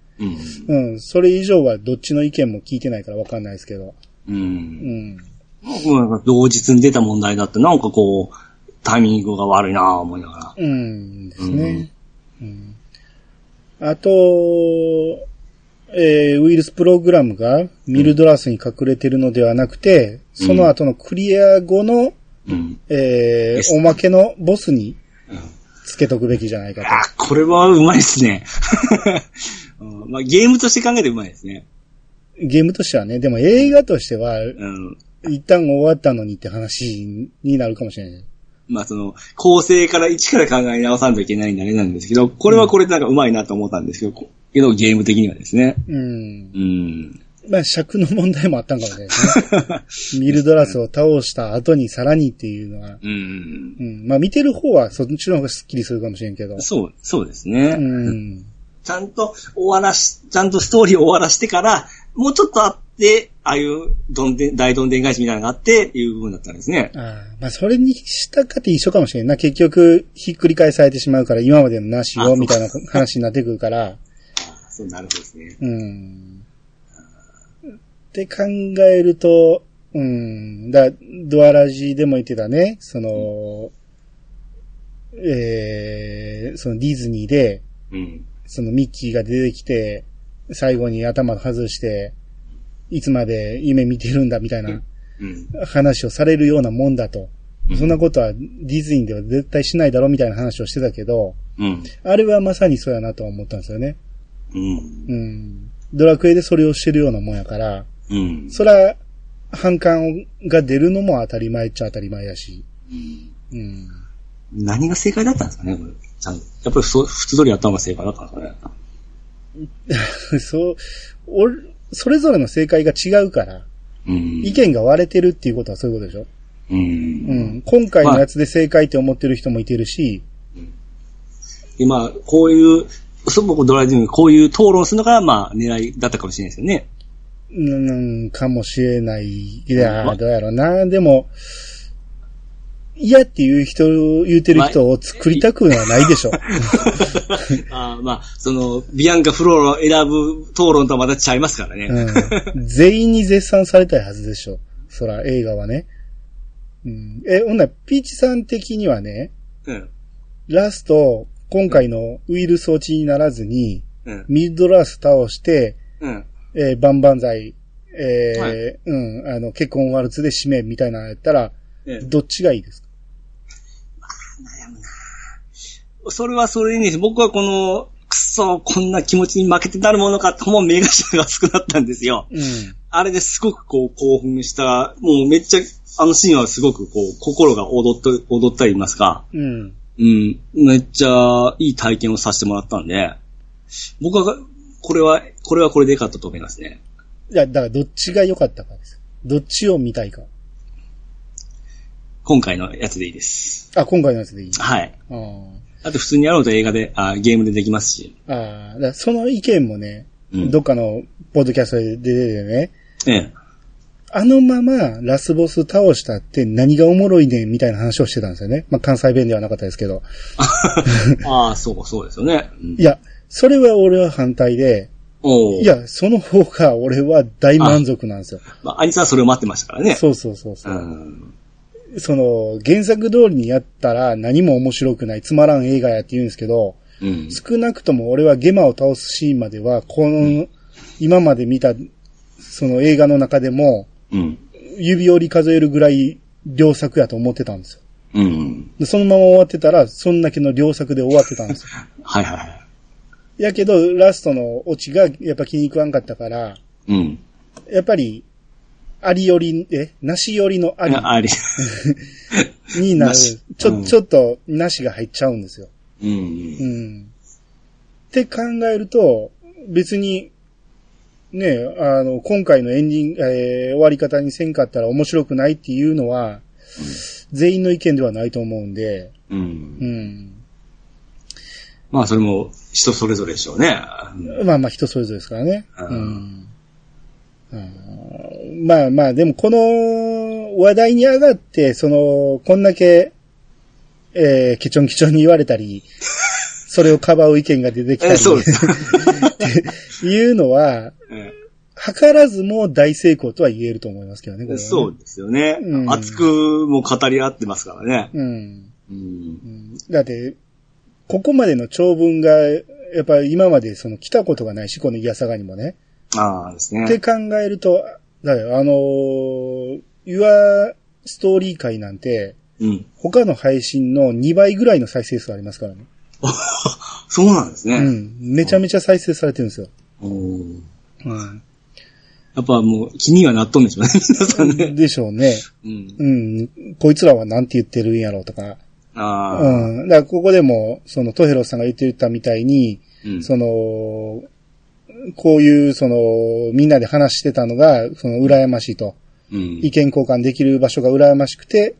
[SPEAKER 2] うん。
[SPEAKER 1] うん。それ以上はどっちの意見も聞いてないからわかんないですけど。う
[SPEAKER 2] う。
[SPEAKER 1] んん。
[SPEAKER 2] うん同日に出た問題だって、なんかこう、タイミングが悪いなぁ思いながら。
[SPEAKER 1] うん。ですね。うん。あと、えーウイルスプログラムがミルドラスに隠れてるのではなくて、その後のクリア後の
[SPEAKER 2] うん。
[SPEAKER 1] え
[SPEAKER 2] です
[SPEAKER 1] ー、おまけのボスにつけとくべきじゃないか
[SPEAKER 2] あ、これはうまいっすね。 うんまあ、ゲームとして考えてうまいですね。
[SPEAKER 1] と。ゲームとしてはね、でも映画としては、
[SPEAKER 2] うん。
[SPEAKER 1] 一旦終わったのにって話になるかもしれない。
[SPEAKER 2] まあ、その、構成から一から考え直さないといけないんであれなんですけど、これはこれでなんかうまいなと思ったんですけど、こけどゲーム的にはですね。
[SPEAKER 1] うん。
[SPEAKER 2] うん。
[SPEAKER 1] まあ、尺の問題もあったんかもしれないですね。ミルドラスを倒した後にさらにっていうのは、
[SPEAKER 2] うん。
[SPEAKER 1] うん。まあ、見てる方はそっちの方がスッキリするかもしれんけど。
[SPEAKER 2] そう、そうですね。
[SPEAKER 1] うん。
[SPEAKER 2] ちゃんと終わらし、ちゃんとストーリーを終わらしてから、もうちょっとあって、ああいうどんでん、大どんでん返しみたいなのがあって、いう部分だったんですね。
[SPEAKER 1] ああ、まあ、それにしたかって一緒かもしれんな。結局、ひっくり返されてしまうから、今までのなし
[SPEAKER 2] あそ
[SPEAKER 1] よ、
[SPEAKER 2] う
[SPEAKER 1] みたいな話になってくるから。
[SPEAKER 2] そうなるほどですね。
[SPEAKER 1] うん。って考えると、うん、だ、ドアラジでも言ってたね、その、えー、そのディズニーで、
[SPEAKER 2] うん。
[SPEAKER 1] そのミッキーが出てきて、最後に頭外して、いつまで夢見てるんだみたいな
[SPEAKER 2] うん。
[SPEAKER 1] 話をされるようなもんだと。
[SPEAKER 2] うん
[SPEAKER 1] そんなことはディズニーでは絶対しないだろみたいな話をしてたけど、
[SPEAKER 2] うん。
[SPEAKER 1] あれはまさにそうやなとは思ったんですよね。
[SPEAKER 2] うん。
[SPEAKER 1] うん。ドラクエでそれをしてるようなもんやから、
[SPEAKER 2] うん。
[SPEAKER 1] そら、反感が出るのも当たり前っちゃ当たり前やし。うん。
[SPEAKER 2] 何が正解だったんですかね、これ。ちゃんと。やっぱりそう、普通通りやったのが正解だったんですかね。
[SPEAKER 1] そう、俺、それぞれの正解が違うから、
[SPEAKER 2] うん
[SPEAKER 1] 意見が割れてるっていうことはそういうことでしょ
[SPEAKER 2] う。
[SPEAKER 1] うんん。今回のやつで正解って思ってる人もいてるし、
[SPEAKER 2] で、まあ、こういう、そ僕ドライブにこういう討論するのが、まあ、狙いだったかもしれないですよね。
[SPEAKER 1] うん、うんかもしれない。いや
[SPEAKER 2] ま
[SPEAKER 1] ー、どうやろうな。でも、嫌っていう人、言うてる人を作りたくはないでしょ。
[SPEAKER 2] あーまあ、その、ビアンカ・フローラを選ぶ討論とはまたちゃいますからね。
[SPEAKER 1] うん全員に絶賛されたいはずでしょ。そら、映画はね。うん、え、ほんならピーチさん的にはね、
[SPEAKER 2] うん。
[SPEAKER 1] ラスト、今回のウイルス落ちにならずに、
[SPEAKER 2] うん。
[SPEAKER 1] ミッドラス倒して、
[SPEAKER 2] うん。
[SPEAKER 1] えーバンバンザイ、えー
[SPEAKER 2] は
[SPEAKER 1] うん、あの、結婚ワルツで締めみたいなのやったら、
[SPEAKER 2] うん
[SPEAKER 1] どっちがいいですか
[SPEAKER 2] それはそれに、僕はこの、くそ、こんな気持ちに負けてなるものかとも目頭が熱くなったんですよ。
[SPEAKER 1] う
[SPEAKER 2] あれですごくこう興奮した、もうめっちゃ、あのシーンはすごくこう、心が踊った、踊ったりますか。
[SPEAKER 1] ん。うん。
[SPEAKER 2] うん。めっちゃいい体験をさせてもらったんで、僕は、これは、これはこれでよかったと思いますね。
[SPEAKER 1] いや、だからどっちが良かったかです。どっちを見たいか。
[SPEAKER 2] 今回のやつでいいです。
[SPEAKER 1] あ、今回のやつでいい。
[SPEAKER 2] はい。
[SPEAKER 1] あー
[SPEAKER 2] あと普通にやろうと映画で、あゲームでできますし。
[SPEAKER 1] あー。だからその意見もね、
[SPEAKER 2] うん
[SPEAKER 1] どっかのポッドキャストで出ててね、
[SPEAKER 2] え え。
[SPEAKER 1] あのままラスボス倒したって何がおもろいねんみたいな話をしてたんですよね。まあ、関西弁ではなかったですけど。
[SPEAKER 2] ああ、そう、そうですよね。うん
[SPEAKER 1] いや、それは俺は反対で、
[SPEAKER 2] おー
[SPEAKER 1] い、や、その方が俺は大満足なんですよ。
[SPEAKER 2] まあ、兄さんはそれを待ってましたからね。
[SPEAKER 1] そうそうそうそうう、
[SPEAKER 2] ん。
[SPEAKER 1] その、原作通りにやったら何も面白くない、つまらん映画やって言うんですけど、
[SPEAKER 3] うん。
[SPEAKER 1] 少なくとも俺はゲマを倒すシーンまでは、この、今まで見た、その映画の中でも、
[SPEAKER 3] うん。
[SPEAKER 1] 指折り数えるぐらい良作やと思ってたんですよ。
[SPEAKER 3] うん。
[SPEAKER 1] でそのまま終わってたら、そんだけの良作で終わってたんですよ。
[SPEAKER 3] はいはい。
[SPEAKER 1] やけど、ラストのオチがやっぱ気に食わんかったから、
[SPEAKER 3] うん。
[SPEAKER 1] やっぱり、ありより、え、なしよりのあり
[SPEAKER 2] ああり。
[SPEAKER 1] になる。
[SPEAKER 2] なし
[SPEAKER 1] ち
[SPEAKER 3] う
[SPEAKER 1] ょ、
[SPEAKER 3] ん
[SPEAKER 1] ちょっと、なしが入っちゃうんですよ。
[SPEAKER 3] う。
[SPEAKER 1] うんん。って考えると、別に、ねえ、あの、今回のエンディング、えー終わり方にせんかったら面白くないっていうのは、全員の意見ではないと思うんで、
[SPEAKER 3] うん
[SPEAKER 1] う。ん。
[SPEAKER 3] まあ、それも人それぞれでしょうね。
[SPEAKER 1] まあまあ人それぞれですからね。
[SPEAKER 3] あー
[SPEAKER 1] うん。うんまあまあ、でもこの話題に上がって、その、こんだけ、えー、ケチョンケチョンに言われ たり、それをかばう意見が出てきた
[SPEAKER 3] え、
[SPEAKER 1] り、
[SPEAKER 3] そうです。
[SPEAKER 1] いうのは、図らずも大成功とは言えると思いますけどね、これはね
[SPEAKER 3] そうですよね
[SPEAKER 1] う。ん
[SPEAKER 3] 熱くも語り合ってますからね。
[SPEAKER 1] うん。
[SPEAKER 3] うん
[SPEAKER 1] う。ん。だって、ここまでの長文が、やっぱり今までその来たことがないし、このイヤサガにもね。
[SPEAKER 3] ああです
[SPEAKER 1] って
[SPEAKER 3] ね。
[SPEAKER 1] 考えると、だよ、あのー、ユアストーリー会なんて、
[SPEAKER 3] うん。
[SPEAKER 1] 他の配信の2倍ぐらいの再生数ありますからね。
[SPEAKER 3] そうなんです
[SPEAKER 1] う
[SPEAKER 3] ね。
[SPEAKER 1] ん。めちゃめちゃ再生されてるんですよ。
[SPEAKER 3] うん
[SPEAKER 1] うん。
[SPEAKER 3] やっぱもう気にはなっとんでしょうね、皆さんね。
[SPEAKER 1] でしょうね。
[SPEAKER 3] うん。
[SPEAKER 1] うん。こいつらはなんて言ってるんやろうとか。
[SPEAKER 3] ああ。
[SPEAKER 1] うん。だからここでも、そのトヘロさんが言ってたみたいに、
[SPEAKER 3] うん
[SPEAKER 1] その、こういう、その、みんなで話してたのが、その、羨ましいと。
[SPEAKER 3] うん
[SPEAKER 1] 意見交換できる場所が羨ましくて、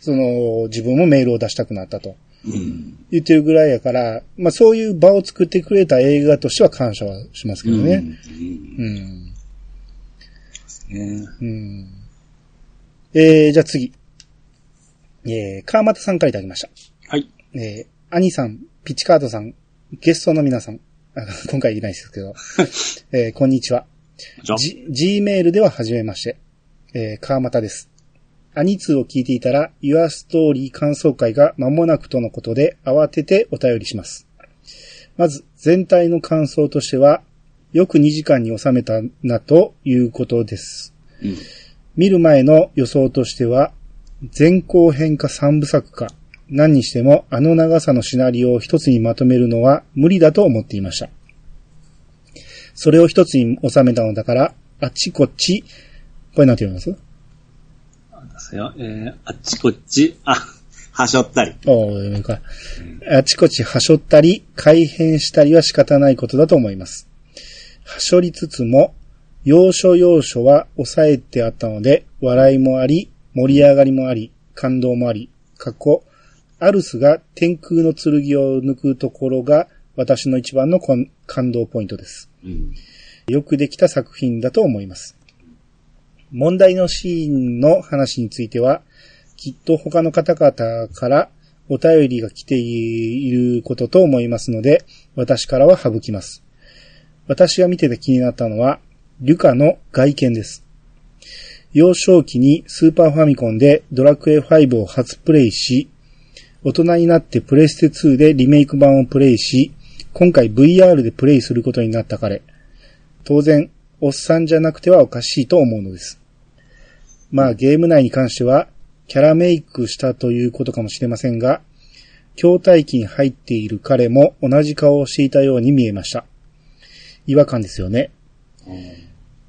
[SPEAKER 1] その、自分もメールを出したくなったと
[SPEAKER 3] うん。
[SPEAKER 1] 言ってるぐらいやから、まあそういう場を作ってくれた映画としては感謝はしますけどね。
[SPEAKER 3] うん
[SPEAKER 1] うん。
[SPEAKER 3] ね
[SPEAKER 1] うん。えー、じゃあ次。えー、川又さんからいただきました。
[SPEAKER 2] はい。
[SPEAKER 1] えー、兄さん、ピッチカードさん、ゲストの皆さん、あの今回いないです けど、えー、こんにちは。
[SPEAKER 2] じゃあ
[SPEAKER 1] G、G メールでは初めまして。えー、川又です。アニツーを聞いていたら、Your Story 感想会が間もなくとのことで、慌ててお便りします。まず、全体の感想としては、よく2時間に収めたなということです。
[SPEAKER 3] うん
[SPEAKER 1] 見る前の予想としては、前後編か3部作か、何にしてもあの長さのシナリオを一つにまとめるのは無理だと思っていました。それを一つに収めたのだから、あっちこっち、これなんて読みます
[SPEAKER 2] ですよ。えー、あっちこっち、あ、はしょったり。
[SPEAKER 1] おー、読めか。あちこちはしょったり、改変したりは仕方ないことだと思います。はしょりつつも、要所要所は抑えてあったので、笑いもあり、盛り上がりもあり、感動もあり、過去、アルスが天空の剣を抜くところが、私の一番のこん感動ポイントです。
[SPEAKER 3] うん
[SPEAKER 1] よくできた作品だと思います。問題のシーンの話については、きっと他の方々からお便りが来ていることと思いますので、私からは省きます。私が見てて気になったのは、リュカの外見です。幼少期にスーパーファミコンでドラクエ5を初プレイし、大人になってプレステ2でリメイク版をプレイし、今回 VR でプレイすることになった彼。当然、おっさんじゃなくてはおかしいと思うのです。まあゲーム内に関しては、キャラメイクしたということかもしれませんが、筐体機に入っている彼も同じ顔をしていたように見えました。違和感ですよね。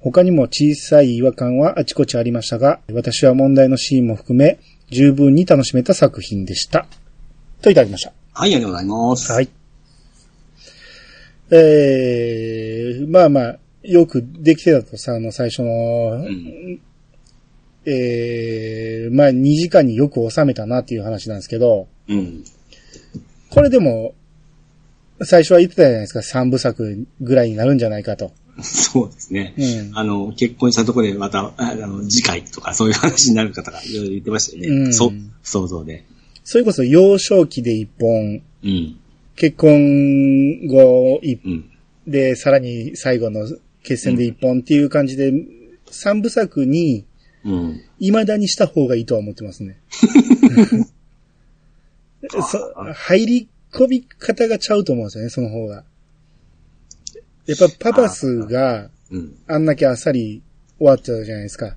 [SPEAKER 1] 他にも小さい違和感はあちこちありましたが、私は問題のシーンも含め、十分に楽しめた作品でした。といただきました。
[SPEAKER 3] はい、ありがとうございます。
[SPEAKER 1] はい。えー、まあまあ、よくできてたとさ、あの、最初の、
[SPEAKER 3] うん
[SPEAKER 1] えー、まあ2時間によく収めたなっていう話なんですけど、
[SPEAKER 3] うん。
[SPEAKER 1] これでも、最初は言ってたじゃないですか、3部作ぐらいになるんじゃないかと。
[SPEAKER 3] そうですね
[SPEAKER 1] う。ん
[SPEAKER 3] あの、結婚したところでまた、ああの、次回とかそういう話になる方がいろいろ言ってましたよ
[SPEAKER 1] う
[SPEAKER 3] ね。
[SPEAKER 1] ん
[SPEAKER 3] そう、想像で。
[SPEAKER 1] それこそ幼少期で1本、
[SPEAKER 3] うん。
[SPEAKER 1] 結婚後一
[SPEAKER 3] うん。
[SPEAKER 1] で、さらに最後の決戦で1本っていう感じで、3部作に
[SPEAKER 2] うん。
[SPEAKER 1] 未だにした方がいいとは思ってますね。そ入り込み方がちゃうと思うんですよね、その方が。やっぱパパスが
[SPEAKER 2] うん。
[SPEAKER 1] あんだけあっさり終わっちゃうじゃないですか。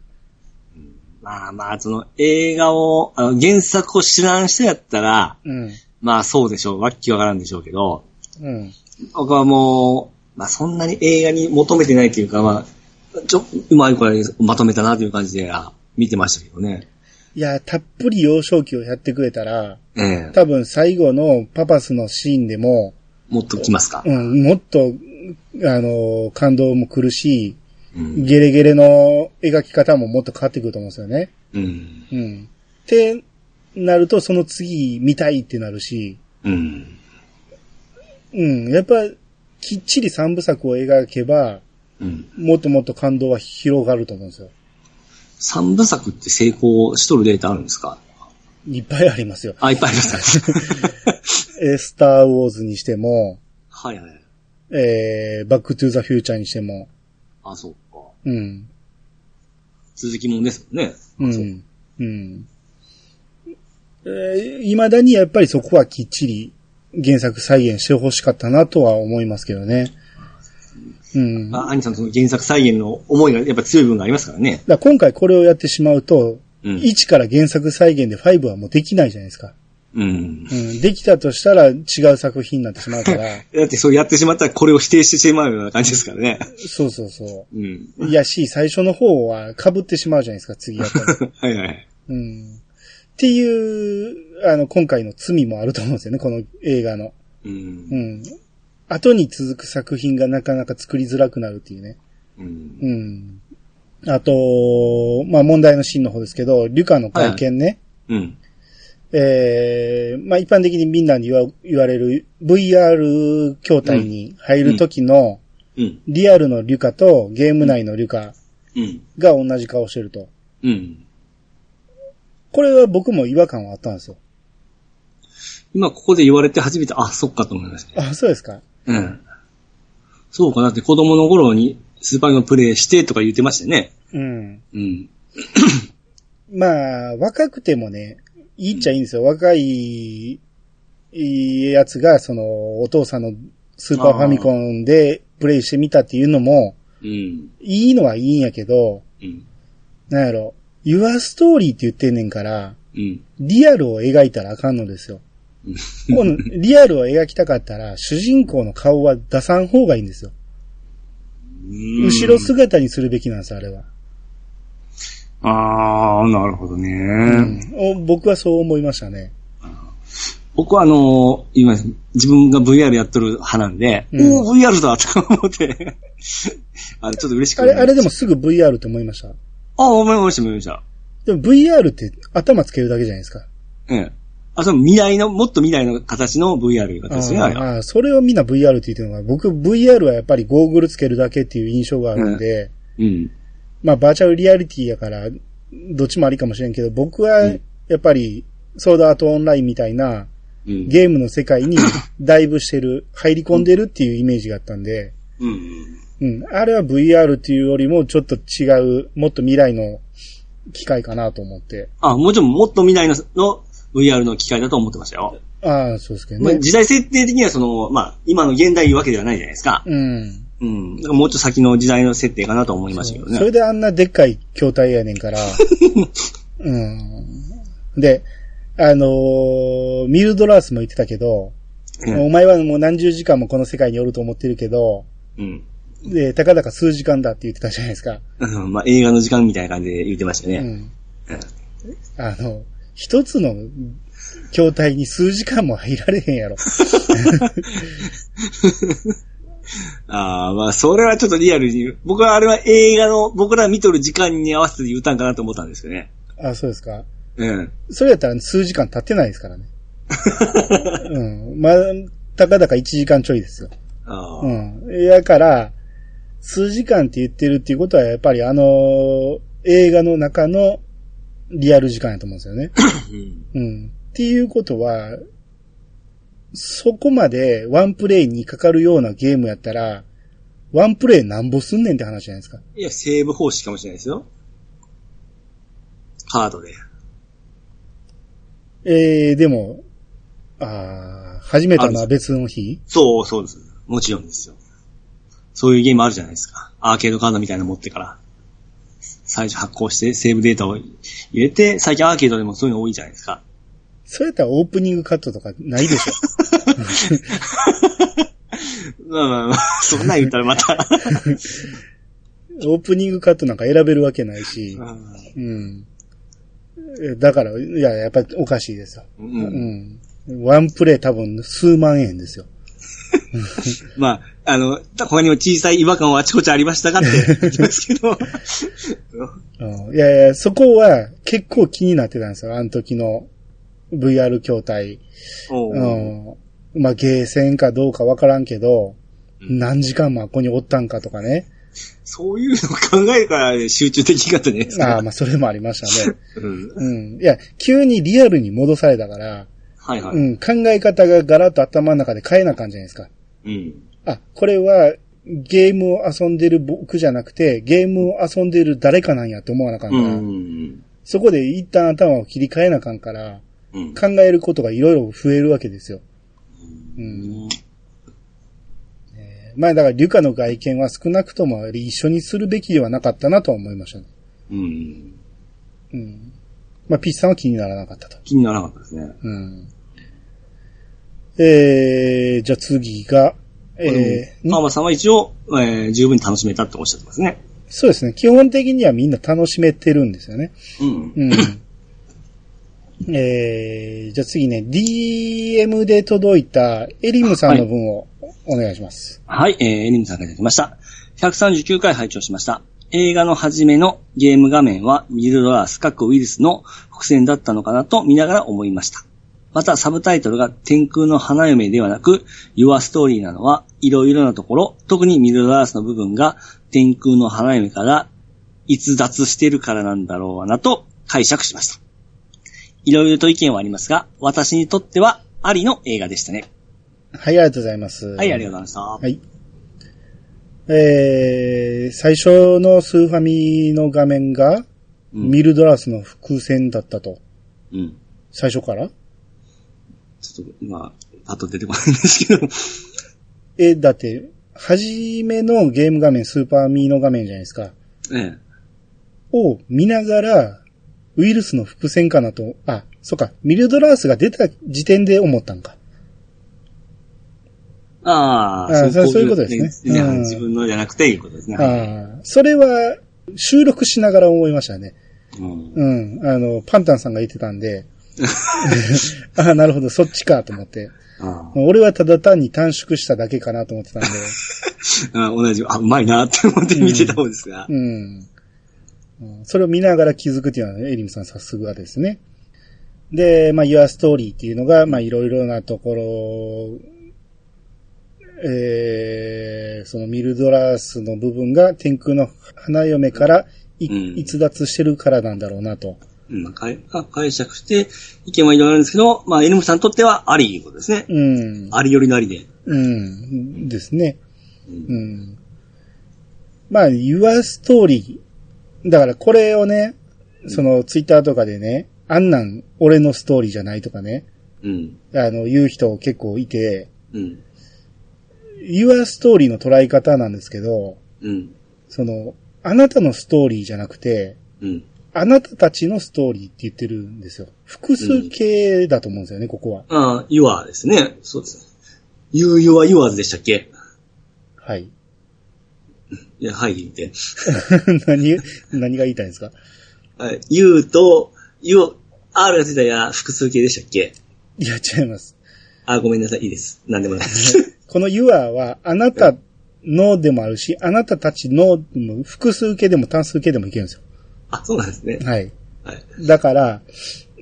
[SPEAKER 2] まあまあ、その映画を、あの原作を知らん人やったら、
[SPEAKER 1] うん。
[SPEAKER 2] まあそうでしょう。わっきわからんでしょうけど、
[SPEAKER 1] うん。
[SPEAKER 2] 僕はもう、まあそんなに映画に求めてないというか、まあ、ちょ、うまいこれまとめたなという感じであ見てましたけどね。
[SPEAKER 1] いや、たっぷり幼少期をやってくれたら、
[SPEAKER 2] ええ
[SPEAKER 1] 多分最後のパパスのシーンでも、
[SPEAKER 2] もっときますか。
[SPEAKER 1] うん、もっと、あの、感動も来るし、
[SPEAKER 2] うん。
[SPEAKER 1] ゲレゲレの描き方ももっと変わってくると思うんですよね。
[SPEAKER 2] うん。
[SPEAKER 1] うん。ってなると、その次見たいってなるし、
[SPEAKER 2] うん。
[SPEAKER 1] うん。やっぱ、きっちり三部作を描けば、
[SPEAKER 2] うん。
[SPEAKER 1] もっともっと感動は広がると思うんですよ。
[SPEAKER 2] 三部作って成功しとるデータあるんですか
[SPEAKER 1] いっぱいありますよ。
[SPEAKER 2] あ、いっぱいありました。
[SPEAKER 1] えースターウォーズにしても、
[SPEAKER 2] はいはい。
[SPEAKER 1] えー、バックトゥーザフューチャーにしても、
[SPEAKER 2] あ、そうか。
[SPEAKER 1] うん。
[SPEAKER 2] 続きもんですもんね。
[SPEAKER 1] う。
[SPEAKER 2] そうん
[SPEAKER 1] うん。えー、未だにやっぱりそこはきっちり原作再現してほしかったなとは思いますけどね。うん。
[SPEAKER 2] まあ、アニさんとの原作再現の思いがやっぱ強い部分がありますからね。
[SPEAKER 1] だから今回これをやってしまうと、
[SPEAKER 2] うん
[SPEAKER 1] 1から原作再現で5はもうできないじゃないですか。
[SPEAKER 2] うん。
[SPEAKER 1] うん、できたとしたら違う作品になってしまう から、
[SPEAKER 2] だってそうやってしまったらこれを否定してしまうような感じですから ね。
[SPEAKER 1] そうそうそ
[SPEAKER 2] うん。
[SPEAKER 1] う。いやし、最初の方は被ってしまうじゃないですか、次やった ら。
[SPEAKER 2] はいはい。
[SPEAKER 1] うん。っていう、あの、今回の罪もあると思うんですよね、この映画の。
[SPEAKER 2] う。
[SPEAKER 1] うんん。後に続く作品がなかなか作りづらくなるっていうね。
[SPEAKER 2] うん。
[SPEAKER 1] うん。あと、まあ、問題のシーンの方ですけど、リュカの会見ね。
[SPEAKER 2] うん。
[SPEAKER 1] えーまあ一般的にみんなに言わ言われる VR 筐体に入る時の
[SPEAKER 2] うん。
[SPEAKER 1] リアルのリュカとゲーム内のリュカ
[SPEAKER 2] うん。
[SPEAKER 1] が同じ顔してると。
[SPEAKER 2] うん。
[SPEAKER 1] これは僕も違和感はあったんですよ。
[SPEAKER 2] 今ここで言われて初めて、あ、そっかと思いました。
[SPEAKER 1] あ、そうですか
[SPEAKER 2] うん。そうかなって子供の頃にスーパーのプレイしてとか言ってましたよね。
[SPEAKER 1] うん。
[SPEAKER 2] うん。
[SPEAKER 1] まあ、若くてもね、いいっちゃいいんですよ。若い、いいやつが、その、お父さんのスーパーファミコンでプレイしてみたっていうのも、
[SPEAKER 2] うん。
[SPEAKER 1] いいのはいいんやけど、
[SPEAKER 2] うん。
[SPEAKER 1] なんやろ、Your Story って言ってんねんから、
[SPEAKER 2] うん。
[SPEAKER 1] リアルを描いたらあかんのです よ。このリアルを描きたかったら、主人公の顔は出さん方がいいんですよ。後ろ姿にするべきなんです、あれは。
[SPEAKER 2] あー、なるほどね。
[SPEAKER 1] お僕はそう思いましたね。
[SPEAKER 2] 僕はあのー今、自分が VR やっとる派なんで、
[SPEAKER 1] うん
[SPEAKER 2] おー VR だと思って、 あれちょっと嬉しく
[SPEAKER 1] あれ、
[SPEAKER 2] なりました
[SPEAKER 1] あれでもすぐ VR って思いました。
[SPEAKER 2] あ、思いました、思いました。
[SPEAKER 1] でも VR って頭つけるだけじゃないですか。
[SPEAKER 2] ええ。あ、その未来の、もっと未来の形の VR がですね、あれは。
[SPEAKER 1] ああ、それをみんな VR って言ってるのが、僕 VR はやっぱりゴーグルつけるだけっていう印象があるんで、
[SPEAKER 2] うん。
[SPEAKER 1] まあバーチャルリアリティやから、どっちもありかもしれんけど、僕はやっぱり、ソードアートオンラインみたいな、
[SPEAKER 2] うん。
[SPEAKER 1] ゲームの世 界にダイブしてる、入り込んでるっていうイメージがあったんで、
[SPEAKER 2] うん。
[SPEAKER 1] うん。あれは VR っていうよりもちょっと違う、もっと未来の機械かなと思って。
[SPEAKER 2] あ、もちろんもっと未来のの VR の機械だと思ってましたよ。
[SPEAKER 1] ああ、そうですけど
[SPEAKER 2] まあ、
[SPEAKER 1] ね。
[SPEAKER 2] 時代設定的にはその、まあ、今の現代いうわけではないじゃないですか。
[SPEAKER 1] うん。
[SPEAKER 2] うん。だからもうちょっと先の時代の設定かなと思いましたけど
[SPEAKER 1] それ
[SPEAKER 2] ね。
[SPEAKER 1] であんなでっかい筐体やねん から。うん。で、あのーミルドラースも言ってたけど、
[SPEAKER 2] うん
[SPEAKER 1] お前はもう何十時間もこの世界におると思ってるけど、
[SPEAKER 2] うん。
[SPEAKER 1] で、たかだか数時間だって言ってたじゃないですか。
[SPEAKER 2] うん まあ、映画の時間みたいな感じで言ってました
[SPEAKER 1] う
[SPEAKER 2] ね。
[SPEAKER 1] んあの、一つの筐体に数時間も入られへんやろ。
[SPEAKER 2] ああ、まあ、それはちょっとリアルに、僕はあれは映画の、僕ら見とる時間に合わせて言うたんかなと思ったんですけどね。
[SPEAKER 1] あ、そうですか。
[SPEAKER 2] うん。
[SPEAKER 1] それやったら数時間経ってないですからね。うん。まあ、たかだか1時間ちょいですよ。
[SPEAKER 2] ああ、
[SPEAKER 1] うん。やから、数時間って言ってるっていうことは、やっぱりあのー映画の中のリアル時間やと思うんですよね。
[SPEAKER 2] うん。
[SPEAKER 1] うん。っていうことは、そこまでワンプレイにかかるようなゲームやったら、ワンプレイなんぼすんねんって話じゃないですか。
[SPEAKER 2] いや、セーブ方式かもしれないですよ。カードで。
[SPEAKER 1] えー、でも、あー始めたのは別の日
[SPEAKER 2] そう、そうです。もちろんですよ。そういうゲームあるじゃないですか。アーケードカードみたいなの持ってから。最初発行して、セーブデータを入れて、最近アーケードでもそういうの多いじゃないですか。
[SPEAKER 1] それやったらオープニングカットとかないでしょ。
[SPEAKER 2] まあまあ まあ、そんなん言ったらまた。
[SPEAKER 1] オープニングカットなんか選べるわけないし。うん。えだから、いや、やっぱりおかしいですよ。
[SPEAKER 2] うん
[SPEAKER 1] うん。ワンプレイ多分数万円ですよ。
[SPEAKER 2] まあ、あの、他にも小さい違和感はあちこちありましたがって言いますけ ど。
[SPEAKER 1] うん、いやいや、そこは結構気になってたんですよ。あの時の VR 筐体。
[SPEAKER 2] おう
[SPEAKER 1] うん。まあ、ゲーセンかどうかわからんけど、何時間もあここにおったんかとかね。
[SPEAKER 2] そういうの考えるから集中できなかったじゃないです
[SPEAKER 1] ああ、
[SPEAKER 2] か。
[SPEAKER 1] まあ、それもありましたね。
[SPEAKER 2] うん
[SPEAKER 1] うん。いや、急にリアルに戻されたから、
[SPEAKER 2] はいは
[SPEAKER 1] う
[SPEAKER 2] い。
[SPEAKER 1] ん、考え方がガラッと頭の中で変えなあかんじゃないですか。
[SPEAKER 2] うん。
[SPEAKER 1] あ、これは、ゲームを遊んでる僕じゃなくて、ゲームを遊んでる誰かなんやって思わなあかん
[SPEAKER 2] う
[SPEAKER 1] から、
[SPEAKER 2] ん。
[SPEAKER 1] そこで一旦頭を切り替えなあかんから、
[SPEAKER 2] うん。
[SPEAKER 1] 考えることがいろいろ増えるわけですよ。うん。まあだから、リュカの外見は少なくとも一緒にするべきではなかったなとは思いましたね。
[SPEAKER 2] うん。
[SPEAKER 1] うん。まあ、ピッチさんは気にならなかったと。
[SPEAKER 2] 気にならなかったですね。
[SPEAKER 1] うん。えー、じゃあ次が、えー、
[SPEAKER 2] マーマさんは一応、えー十分に楽しめたっておっしゃってますね。
[SPEAKER 1] そうですね。基本的にはみんな楽しめてるんですよね。
[SPEAKER 2] うん。
[SPEAKER 1] うん。えー、じゃあ次ね、DM で届いたエリムさんの分をお願いします。
[SPEAKER 2] はい、えー、エリムさんからいただきました。139回拝聴しました。映画の初めのゲーム画面はミルドラース各ウイルスの伏線だったのかなと見ながら思いました。またサブタイトルが天空の花嫁ではなく Your Story なのはいろいろなところ、特にミルドラースの部分が天空の花嫁から逸脱してるからなんだろうなと解釈しました。いろいろと意見はありますが、私にとってはありの映画でしたね。
[SPEAKER 1] はい、ありがとうございます。
[SPEAKER 2] はい、ありがとうございました。
[SPEAKER 1] はい。えー、最初のスーファミの画面が、
[SPEAKER 2] うん
[SPEAKER 1] ミルドラスの伏線だったと。
[SPEAKER 2] うん
[SPEAKER 1] 最初から
[SPEAKER 2] ちょっと今、パッと出てこないんですけど。
[SPEAKER 1] え、だって、初めのゲーム画面、スーパーミーの画面じゃないですか。
[SPEAKER 2] ええ。
[SPEAKER 1] を見ながら、ウイルスの伏線かなと、あ、そっか、ミルドラースが出た時点で思ったんか。
[SPEAKER 2] あ
[SPEAKER 1] ああそういうことですね
[SPEAKER 2] ね
[SPEAKER 1] うん
[SPEAKER 2] 自分のじゃなくていうことですね。はい
[SPEAKER 1] ああ、それは、収録しながら思いましたね。
[SPEAKER 2] うん
[SPEAKER 1] うん。あの、パンタンさんが言ってたん で、 ああ、なるほど、そっちかと思って。
[SPEAKER 2] あ
[SPEAKER 1] 俺はただ単に短縮しただけかなと思 ってたんで。
[SPEAKER 2] あ同じ、あ、うまいなって思って見てた方ですが。
[SPEAKER 1] うん。うんそれを見ながら気づくっていうのは、エリムさんさすがですね。で、まあ、Your Story っていうのが、まあ、いろいろなところ、えー、そのミルドラースの部分が天空の花嫁からい
[SPEAKER 2] うん
[SPEAKER 1] 逸脱してるからなんだろうなと。
[SPEAKER 2] うんまあ解あ解釈して、意見はいろいろあるんですけど、まあ、エルムさんにとってはありいうことですね。
[SPEAKER 1] うん。
[SPEAKER 2] ありよりのありで。
[SPEAKER 1] うん。ですね。
[SPEAKER 2] う
[SPEAKER 1] うんん。まあ、Your Story。だからこれをね、そのツイッターとかでね、あんなん俺のストーリーじゃないとかね、
[SPEAKER 2] うん。
[SPEAKER 1] あの、言う人結構いて、
[SPEAKER 2] うん。
[SPEAKER 1] Your Story の捉え方なんですけど、
[SPEAKER 2] うん。
[SPEAKER 1] その、あなたのストーリーじゃなくて、
[SPEAKER 2] うん。
[SPEAKER 1] あなたたちのストーリーって言ってるんですよ。複数形だと思うんですよね、ここは。
[SPEAKER 2] ああ、ユアですね。そうです。ユーユはユアーズでしたっけ
[SPEAKER 1] はい。
[SPEAKER 2] いや、はい、言って。
[SPEAKER 1] 何、何が言いたいんですか
[SPEAKER 2] はいユーと、ユー、R がついたや、複数形でしたっけ
[SPEAKER 1] いや、違います。
[SPEAKER 2] あ、ごめんなさい。いいです。なんでもな いです。
[SPEAKER 1] この Your は、あなたのでもあるし、あなたたちの、も複数形でも単数形でもいけるんですよ。
[SPEAKER 2] あ、そうなんですね。
[SPEAKER 1] はい。
[SPEAKER 2] はい。
[SPEAKER 1] だから、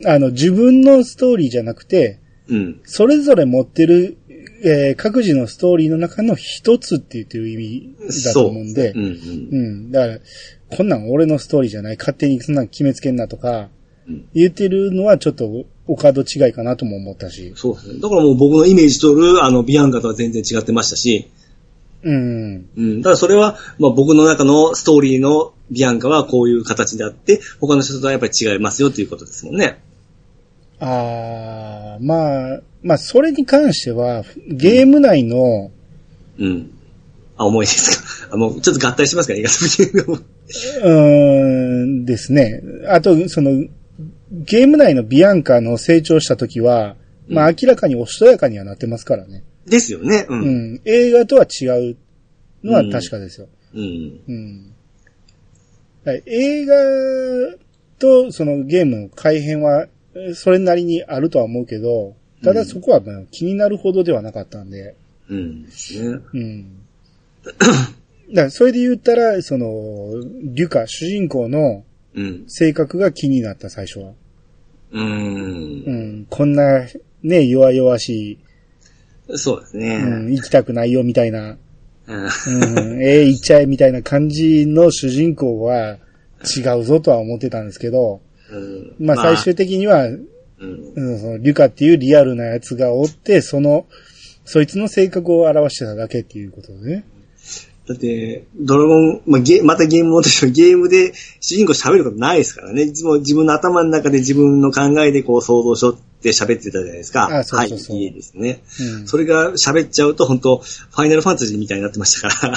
[SPEAKER 1] あの、自分のストーリーじゃなくて、
[SPEAKER 2] うん。
[SPEAKER 1] それぞれ持ってる、えー各自のストーリーの中の一つって言ってる意味だと思うんで、
[SPEAKER 2] うんうん。
[SPEAKER 1] うん。だから、こんなん俺のストーリーじゃない、勝手にそんなん決めつけんなとか
[SPEAKER 2] うん、
[SPEAKER 1] 言ってるのはちょっとお門違いかなとも思ったし、
[SPEAKER 2] そうですね。だからもう僕のイメージとる、あの、ビアンカとは全然違ってましたし、
[SPEAKER 1] うん。
[SPEAKER 3] うん。ただそれは、まあ僕の中のストーリーのビアンカはこういう形であって、他の人とはやっぱり違いますよということですもんね。
[SPEAKER 1] あー、まあ、まあ、それに関しては、ゲーム内の、
[SPEAKER 3] うん。あ、重いですか。あ、もうちょっと合体しますかね、映画とビアンカも
[SPEAKER 1] うーん、ですね。あと、その、ゲーム内のビアンカの成長した時は、まあ、明らかにおしとやかにはなってますからね。
[SPEAKER 3] ですよね。う。
[SPEAKER 1] うんん。映画とは違うのは確かですよ。
[SPEAKER 3] うん。
[SPEAKER 1] うん。だから映画とそのゲームの改変は、えーそれなりにあるとは思うけど、ただそこはまあ気になるほどではなかったんで、
[SPEAKER 3] うん。ですね。
[SPEAKER 1] うん。だからそれで言ったら、その、リュカ、主人公の
[SPEAKER 3] うん。
[SPEAKER 1] 性格が気になった最初は。
[SPEAKER 3] う。
[SPEAKER 1] うんん。こんな、ね、弱々し
[SPEAKER 3] そうです
[SPEAKER 1] い、
[SPEAKER 3] ね。
[SPEAKER 1] うん、行きたくないよみたいな、
[SPEAKER 3] うん
[SPEAKER 1] うん、ええ行っちゃえみたいな感じの主人公は違うぞとは思ってたんですけど、
[SPEAKER 3] うん
[SPEAKER 1] まあ最終的には、
[SPEAKER 3] うん
[SPEAKER 1] うん、そのリュカっていうリアルなやつがおって、その、そいつの性格を表してただけっていうことでね。
[SPEAKER 3] だって、ドラゴン、まあ、ゲまたゲームもでしょ、 ゲームで主人公喋ることないですからね。いつも自分の頭の中で自分の考えでこう想像しとって喋ってたじゃないですか。
[SPEAKER 1] あそうそうそう
[SPEAKER 3] はい、いいですね。
[SPEAKER 1] うん。
[SPEAKER 3] それが喋っちゃうと本当ファイナルファンタジーみたいになってましたから。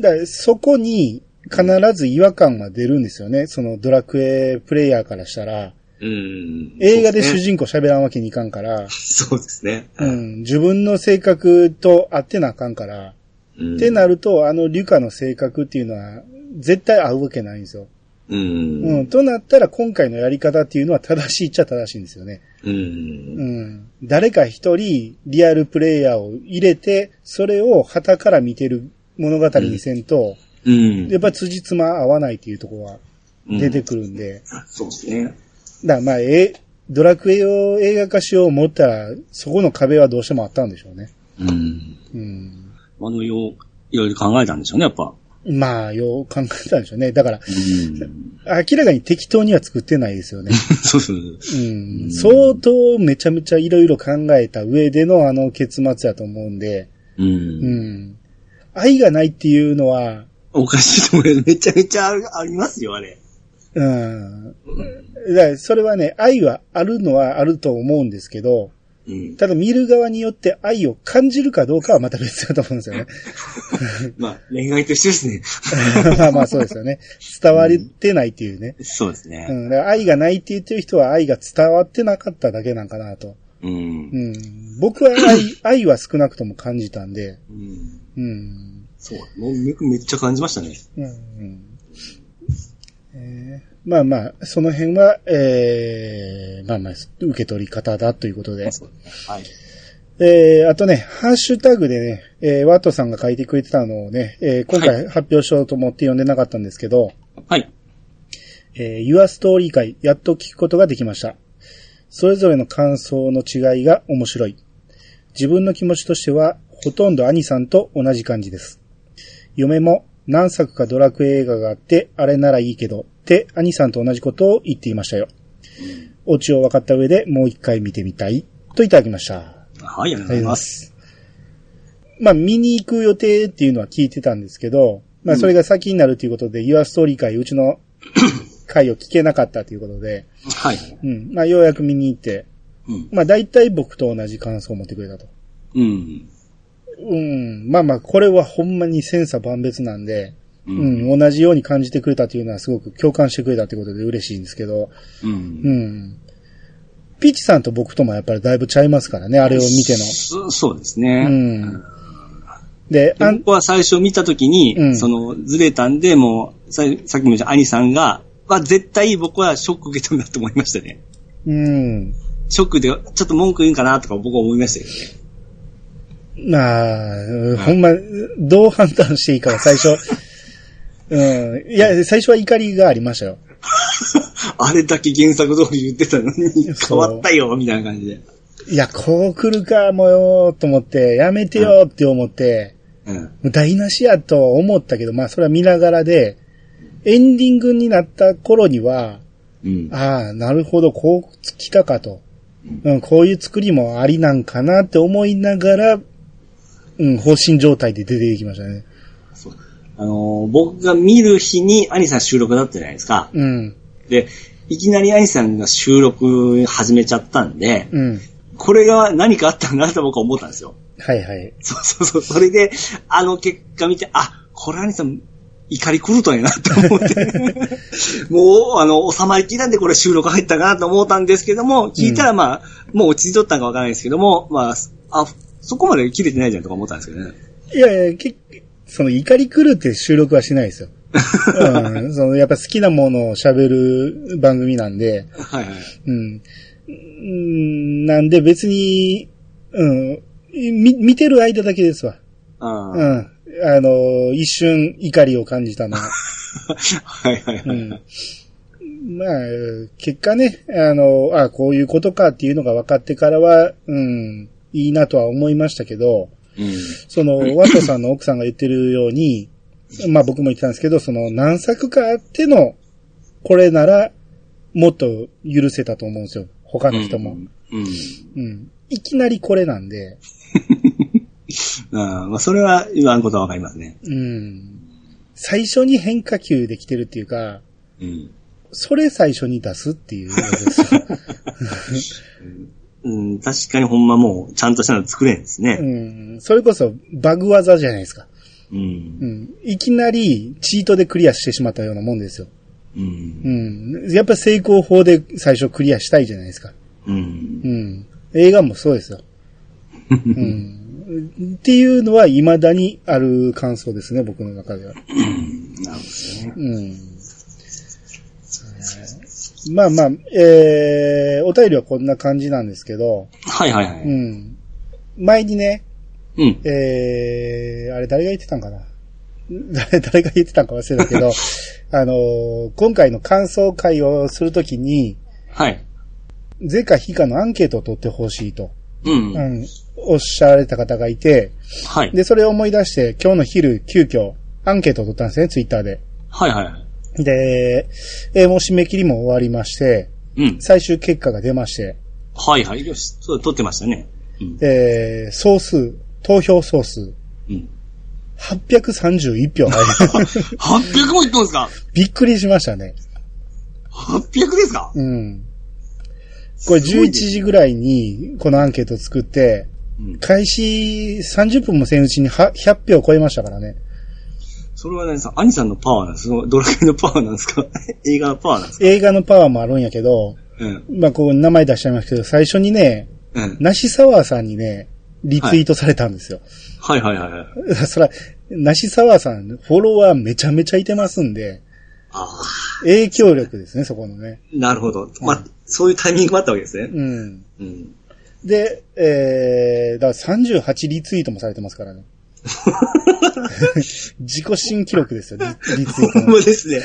[SPEAKER 1] だからそこに必ず違和感が出るんですよね。そのドラクエプレイヤーからしたら、
[SPEAKER 3] うん。
[SPEAKER 1] 映画で主
[SPEAKER 3] 人
[SPEAKER 1] 人公喋らんわけにいかんから、
[SPEAKER 3] そうですね。
[SPEAKER 1] う
[SPEAKER 3] うん
[SPEAKER 1] ん、自分の性格と合ってなあかんから、ってなると、あのリュカの性格っていうのは絶対合うわけないんですよ。
[SPEAKER 3] う。
[SPEAKER 1] うんん、となったら今回のやり方っていうのは正しいっちゃ正しいんですよね。
[SPEAKER 3] うん。
[SPEAKER 1] うん。誰か一人リアルプレイヤーを入れて、それを旗から見てる物語にせんと、
[SPEAKER 3] うん。
[SPEAKER 1] やっぱ辻褄合わないっていうところは
[SPEAKER 3] うん
[SPEAKER 1] 出てくるんで。
[SPEAKER 3] そうですね。
[SPEAKER 1] だからまあ、え、ドラクエを映画化しよう思ったら、そこの壁はどうしてもあったんでしょうね。
[SPEAKER 3] うん。
[SPEAKER 1] うん。
[SPEAKER 2] まあでもよう、いろいろ考えたんでしょうね、やっぱ。
[SPEAKER 1] まあ、よう考えたんでしょうね。だから、
[SPEAKER 2] うん。
[SPEAKER 1] 明らかに適当には作ってないですよね。
[SPEAKER 2] そうそう。
[SPEAKER 1] うん。相当めちゃめちゃいろいろ考えた上でのあの結末やと思うんで、
[SPEAKER 2] う。
[SPEAKER 1] うんん。愛がないっていうのは、
[SPEAKER 3] おかしいと思 います。めちゃめちゃあるありますよ、あれ。
[SPEAKER 1] うん。
[SPEAKER 3] うん。
[SPEAKER 1] だからそれはね、愛はあるのはあると思うんですけど、
[SPEAKER 3] うん。
[SPEAKER 1] ただ見る側によって愛を感じるかどうかはまた別だと思うんですよね。
[SPEAKER 3] まあ、恋愛と一緒ですね。
[SPEAKER 1] まあまあそうですよね。伝わってないっていうね。
[SPEAKER 2] そうです
[SPEAKER 1] う
[SPEAKER 2] ね。
[SPEAKER 1] ん。だから愛がないって言ってる人は愛が伝わってなかっただけなんかなと。
[SPEAKER 2] うん
[SPEAKER 1] う。ん。僕は愛、 愛は少なくとも感じたんで。
[SPEAKER 3] うん。
[SPEAKER 1] うん。
[SPEAKER 3] そう。もうめめっちゃ感じましたね。
[SPEAKER 1] うんうんえーまあまあ、その辺は、えーまあまあ、受け取り方だということで。
[SPEAKER 3] そうはい。
[SPEAKER 1] えー、あとね、ハッシュタグでね、えーワットさんが書いてくれてたのをね、えー今
[SPEAKER 2] は
[SPEAKER 1] 回発表しようと思って読んでなかったんですけど、
[SPEAKER 2] はい。
[SPEAKER 1] えー、Your Story 会、やっと聞くことができました。それぞれの感想の違いが面白い。自分の気持ちとしては、ほとんど兄さんと同じ感じです。嫁も、何作かドラクエ映画があって、あれならいいけど、って兄さんと同じことを言っていましたよ。オチを分かった上でもう一回見てみたい、といただきました。
[SPEAKER 2] はい、
[SPEAKER 1] あり
[SPEAKER 2] ありがとうござい
[SPEAKER 1] がとうございま
[SPEAKER 2] ます。
[SPEAKER 1] す。まあ、見に行く予定っていうのは聞いてたんですけど、まあ、それが先になるということで、Your Story 会、うちの 会を聞けなかったということで、
[SPEAKER 2] はい。
[SPEAKER 1] うん。まあ、ようやく見に行って、
[SPEAKER 2] うん。
[SPEAKER 1] まあ、大体僕と同じ感想を持ってくれたと。
[SPEAKER 2] うん。
[SPEAKER 1] うん。まあまあ、これはほんまに千差万別なんで、う
[SPEAKER 2] う。
[SPEAKER 1] んん、同じように感じてくれたというのはすごく共感してくれたということで嬉しいんですけど、
[SPEAKER 2] うん
[SPEAKER 1] う。ん。ピッチさんと僕ともやっぱりだいぶちゃいますからね、あれを見ての。
[SPEAKER 2] そそうです
[SPEAKER 1] う
[SPEAKER 2] ね。
[SPEAKER 1] ん。で、あん、
[SPEAKER 2] 僕は最初見たときに、
[SPEAKER 1] うん
[SPEAKER 2] その、ずれたんで、もう、ささっきも言った兄さんが、は絶対僕はショック受けたんだと思いましたね。
[SPEAKER 1] うん。
[SPEAKER 2] ショックで、ちょっと文句言うんかなとか僕は思いましたけどね。
[SPEAKER 1] まあ、うんほんま、どう判断していいかは最初、 うん。いや、最初は怒りがありましたよ。
[SPEAKER 2] あれだけ原作通り言ってたのに、
[SPEAKER 1] そ
[SPEAKER 2] 変
[SPEAKER 1] う
[SPEAKER 2] わったよ、みたいな感じで。
[SPEAKER 1] いや、こう来るかもよ、と思って、やめてよって思って、
[SPEAKER 2] うん。
[SPEAKER 1] もう台無しやと思ったけど、まあ、それは見ながらで、エンディングになった頃には、
[SPEAKER 2] うん。
[SPEAKER 1] ああ、なるほど、こう来たかと。うん、こういう作りもありなんかなって思いながら、うん、放心状態で出てきましたね。
[SPEAKER 2] そうあのー僕が見る日に兄さん収録だったじゃないですか。
[SPEAKER 1] うん、
[SPEAKER 2] で、いきなり兄さんが収録始めちゃったんで、
[SPEAKER 1] うん。
[SPEAKER 2] これが何かあったんだなと僕は思ったんですよ。
[SPEAKER 1] はいはい。
[SPEAKER 2] そうそうそう。それで、あの結果見て、あ、これ兄さん、怒り狂うとんやなと思 って。もう、あの、収まりきらんでこれ収録入ったかなと思ったんですけども、聞いたらまあ、もう落ち着いとったんかわからないですけども、まあ、あ、そこまで切れてないじゃんとか思ったんですけどね。
[SPEAKER 1] いやいや、けその怒り狂って収録はしないですよ。うん、そのやっぱ好きなものを喋る番組なんで、
[SPEAKER 2] はいはい。
[SPEAKER 1] うん。うんなんで別に、うん、み、見てる間だけですわ。
[SPEAKER 2] あ
[SPEAKER 1] うん。あの、一瞬怒りを感じたのは。
[SPEAKER 2] ーはいはいは
[SPEAKER 1] う
[SPEAKER 2] い。
[SPEAKER 1] ん。まあ、結果ね、あの、あこういうことかっていうのが分かってからは、うん、いいなとは思いましたけど、
[SPEAKER 2] うん
[SPEAKER 1] その、ワトさんの奥さんが言ってるように、まあ僕も言ってたんですけど、その何作かあっての、これなら、もっと許せたと思うんですよ。他の人も。
[SPEAKER 2] うん。
[SPEAKER 1] うん。いきなりこれなんで、
[SPEAKER 2] あーまあ、それは言わんことはわかりますね。
[SPEAKER 1] うん。最初に変化球できてるっていうか、
[SPEAKER 2] うん。
[SPEAKER 1] それ最初に出すっていうことです よ。
[SPEAKER 2] うん、確かにほんまもう、ちゃんとしたの作れんです
[SPEAKER 1] う
[SPEAKER 2] ね。
[SPEAKER 1] ん。それこそバグ技じゃないですか。
[SPEAKER 2] うん
[SPEAKER 1] う。ん。いきなりチートでクリアしてしまったようなもんですよ。
[SPEAKER 2] う。
[SPEAKER 1] うんん。やっぱ成功法で最初クリアしたいじゃないですか。
[SPEAKER 2] うん。
[SPEAKER 1] うん。映画もそうですよ。うん。っていうのは未だにある感想ですね、僕の中では。
[SPEAKER 2] なるほどですね。
[SPEAKER 1] うん。えーまあまあ、えー、お便りはこんな感じなんですけど、
[SPEAKER 2] はいはいは
[SPEAKER 1] う
[SPEAKER 2] い。
[SPEAKER 1] ん。前にね、
[SPEAKER 2] うん。
[SPEAKER 1] えー、あれ誰が言ってたんかな 誰、誰が言ってたんか忘れたけど、 あのー今回の感想会をするときに、
[SPEAKER 2] はい。
[SPEAKER 1] 是か非かのアンケートを取ってほしいと、
[SPEAKER 2] うん。
[SPEAKER 1] う
[SPEAKER 2] はい。
[SPEAKER 1] ん、おっしゃられた方がいて、
[SPEAKER 2] はい
[SPEAKER 1] で、それを思い出して、今日の昼、急遽、アンケートを取ったんですね、ツイッターで。
[SPEAKER 2] はいはい。
[SPEAKER 1] で、えーもう締め切りも終わりまして、
[SPEAKER 2] うん。
[SPEAKER 1] 最終結果が出まして、
[SPEAKER 2] はいはい。よし、そう、撮ってましたね。うん。
[SPEAKER 1] えー、総数、投票総数、
[SPEAKER 2] うん。
[SPEAKER 1] 831票 入る
[SPEAKER 2] 800もいったんですか
[SPEAKER 1] びっくりしましたね。
[SPEAKER 2] ?800 ですか
[SPEAKER 1] うん。これ
[SPEAKER 2] すごい
[SPEAKER 1] 11
[SPEAKER 2] ね
[SPEAKER 1] 時ぐらいに、このアンケート作って、
[SPEAKER 2] うん。
[SPEAKER 1] 開始30分もせんうちには100票超えましたからね。
[SPEAKER 2] それはね、さ、兄さんのパワーなんですそのドラクエのパワーなんですか 映画のパワーなんですか
[SPEAKER 1] 映画のパワーもあるんやけど、
[SPEAKER 2] うん。
[SPEAKER 1] まあ、こう、名前出しちゃいますけど、最初にね、
[SPEAKER 2] うん。
[SPEAKER 1] ナシサワーさんにね、リツイートされたんですよ。
[SPEAKER 2] はいはいはいはい。
[SPEAKER 1] そら、ナシサワーさん、フォロワーめちゃめちゃいてますんで、
[SPEAKER 2] ああ。
[SPEAKER 1] 影響力ですね、そこのね。
[SPEAKER 2] なるほど。まあ、そういうタイミングもあったわけですね。
[SPEAKER 1] うん。
[SPEAKER 2] うん。
[SPEAKER 1] で、えー、だから38リツイートもされてます からね。自己新記録 ですよ、リリツイー
[SPEAKER 2] ほ
[SPEAKER 1] ト
[SPEAKER 2] ん
[SPEAKER 1] の
[SPEAKER 2] まですね。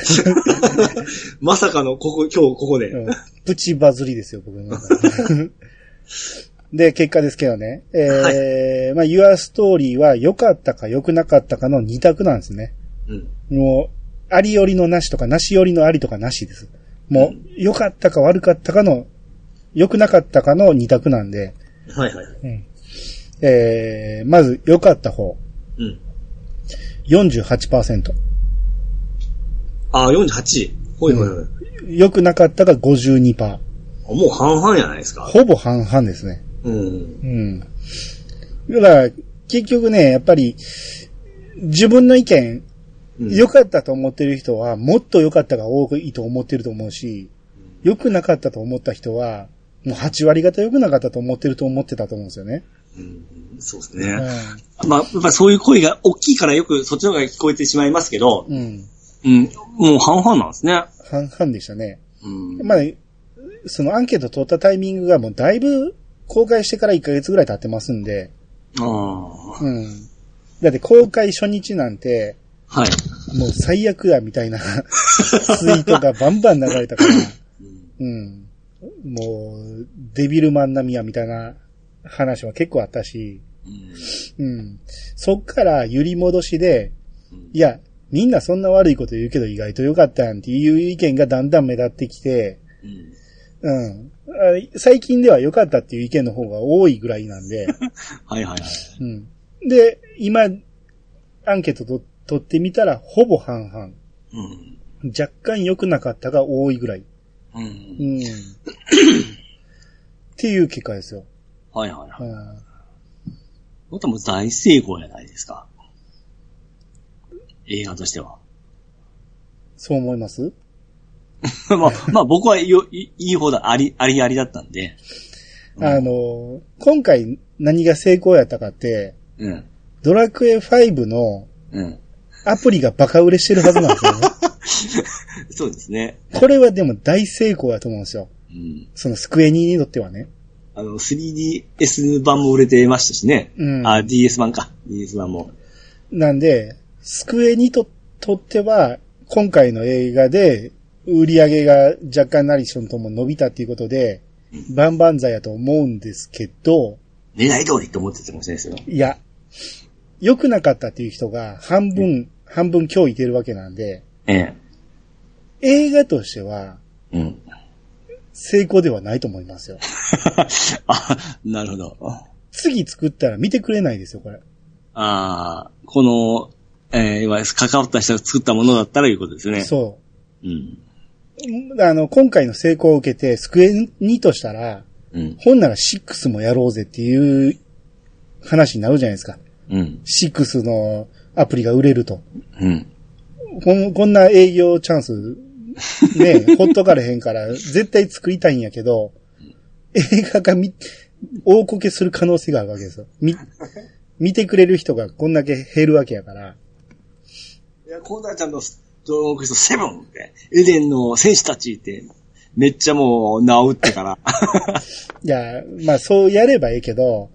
[SPEAKER 2] まさかの、ここ、今日ここで。
[SPEAKER 1] うんプチバズりですよ、僕の中で。で、結果ですけどね。えー、まあ、Your Story は良かったか良くなかったかの二択なんですね。
[SPEAKER 2] うん。
[SPEAKER 1] もう、ありよりのなしとか、なしよりのありとかなしです。もう、良かったか悪かったかの、良くなかったかの二択なんで、
[SPEAKER 2] はいはい。
[SPEAKER 1] えー、まず、良かった方、
[SPEAKER 2] うん。
[SPEAKER 1] 48%。
[SPEAKER 2] ああ、48。ほいほいほい。
[SPEAKER 1] 良くなかったが52%。
[SPEAKER 2] もう半々じゃないですか。
[SPEAKER 1] ほぼ半々ですね。
[SPEAKER 2] うん。
[SPEAKER 1] うん。だから、結局ね、やっぱり、自分の意見、
[SPEAKER 2] うん
[SPEAKER 1] 良かったと思ってる人は、もっと良かったが多いと思ってると思うし、良くなかったと思った人は、もう8割方良くなかったと思ってると思ってたと思うんですよね。
[SPEAKER 2] うんそうです
[SPEAKER 1] う
[SPEAKER 2] ね。まあ、やっぱそういう声が大きいからよくそっちの方が聞こえてしまいますけど、
[SPEAKER 1] ん。うん。
[SPEAKER 2] うん、もう半々なんですね。
[SPEAKER 1] 半々でしたね。
[SPEAKER 2] うん。
[SPEAKER 1] まあ、そのアンケート取ったタイミングがもうだいぶ公開してから1ヶ月ぐらい経ってますんで、
[SPEAKER 2] ああ。
[SPEAKER 1] うん。だって公開初日なんて、
[SPEAKER 2] はい。
[SPEAKER 1] もう最悪だみたいな ツイートがバンバン流れたから、
[SPEAKER 2] うん
[SPEAKER 1] うん。もう、デビルマン並みやみたいな話は結構あったし、
[SPEAKER 2] うん
[SPEAKER 1] うん。そっから揺り戻しで
[SPEAKER 2] うん、
[SPEAKER 1] いや、みんなそんな悪いこと言うけど意外と良かったやんっていう意見がだんだん目立ってきて、
[SPEAKER 2] うん
[SPEAKER 1] うん。あ最近では良かったっていう意見の方が多いぐらいなんで、
[SPEAKER 2] はいはいはい。
[SPEAKER 1] うん。で、今、アンケートと取ってみたら、ほぼ半々。
[SPEAKER 2] うん。
[SPEAKER 1] 若干良くなかったが多いぐらい。
[SPEAKER 2] う。
[SPEAKER 1] うんん。っていう結果ですよ。
[SPEAKER 2] はいはいは
[SPEAKER 1] う
[SPEAKER 2] い。
[SPEAKER 1] ん
[SPEAKER 2] またもう大成功じゃないですか。映画としては。
[SPEAKER 1] そう思います
[SPEAKER 2] まあ、まあ僕はよいいい方だ、あり、ありありだったんで。うん
[SPEAKER 1] あの、今回何が成功やったかって、
[SPEAKER 2] うん。
[SPEAKER 1] ドラクエ5の
[SPEAKER 2] うん。
[SPEAKER 1] アプリがバカ売れしてるはずなんですよね。
[SPEAKER 2] そうですね。
[SPEAKER 1] これはでも大成功やと思うんですよ。
[SPEAKER 2] うん。
[SPEAKER 1] そのスクエニにとってはね。
[SPEAKER 2] あの、3DS 版も売れてましたしね。
[SPEAKER 1] うん
[SPEAKER 2] あ、DS 版か。DS 版も。
[SPEAKER 1] なんで、スクエニと、とっては、今回の映画で、売り上げが若干なりしょんとも伸びたっていうことで、バンバンザやと思うんですけど、
[SPEAKER 2] 狙い通りと思ってたかもしれないですよ。
[SPEAKER 1] いや、良くなかったっていう人が半分、半分今日いてるわけなんで、
[SPEAKER 2] ええ。
[SPEAKER 1] 映画としては
[SPEAKER 2] うん。
[SPEAKER 1] 成功ではないと思いますよ。
[SPEAKER 2] あ、なるほど。
[SPEAKER 1] 次作ったら見てくれないですよ、これ。
[SPEAKER 2] ああ、この、えー、いわゆる関わった人が作ったものだったらいうことですね。。
[SPEAKER 1] そう
[SPEAKER 2] うん。
[SPEAKER 1] う。あの、今回の成功を受けて、スクエニとしたら、
[SPEAKER 2] うん。
[SPEAKER 1] ほんなら6もやろうぜっていう話になるじゃないですか。
[SPEAKER 2] うん。
[SPEAKER 1] 6のアプリが売れると。
[SPEAKER 2] うん。
[SPEAKER 1] こんこんな営業チャンス、ね、ほっとかれへんから、絶対作りたいんやけど、映画がみ、大こけする可能性があるわけですよ。み、見てくれる人がこんだけ減るわけやから。
[SPEAKER 2] いや、コーナーちゃんのドラゴンクエストセブンって、エデンの戦士たちって、めっちゃもう、名を打ってから。
[SPEAKER 1] いや、まあそうやればいいけど、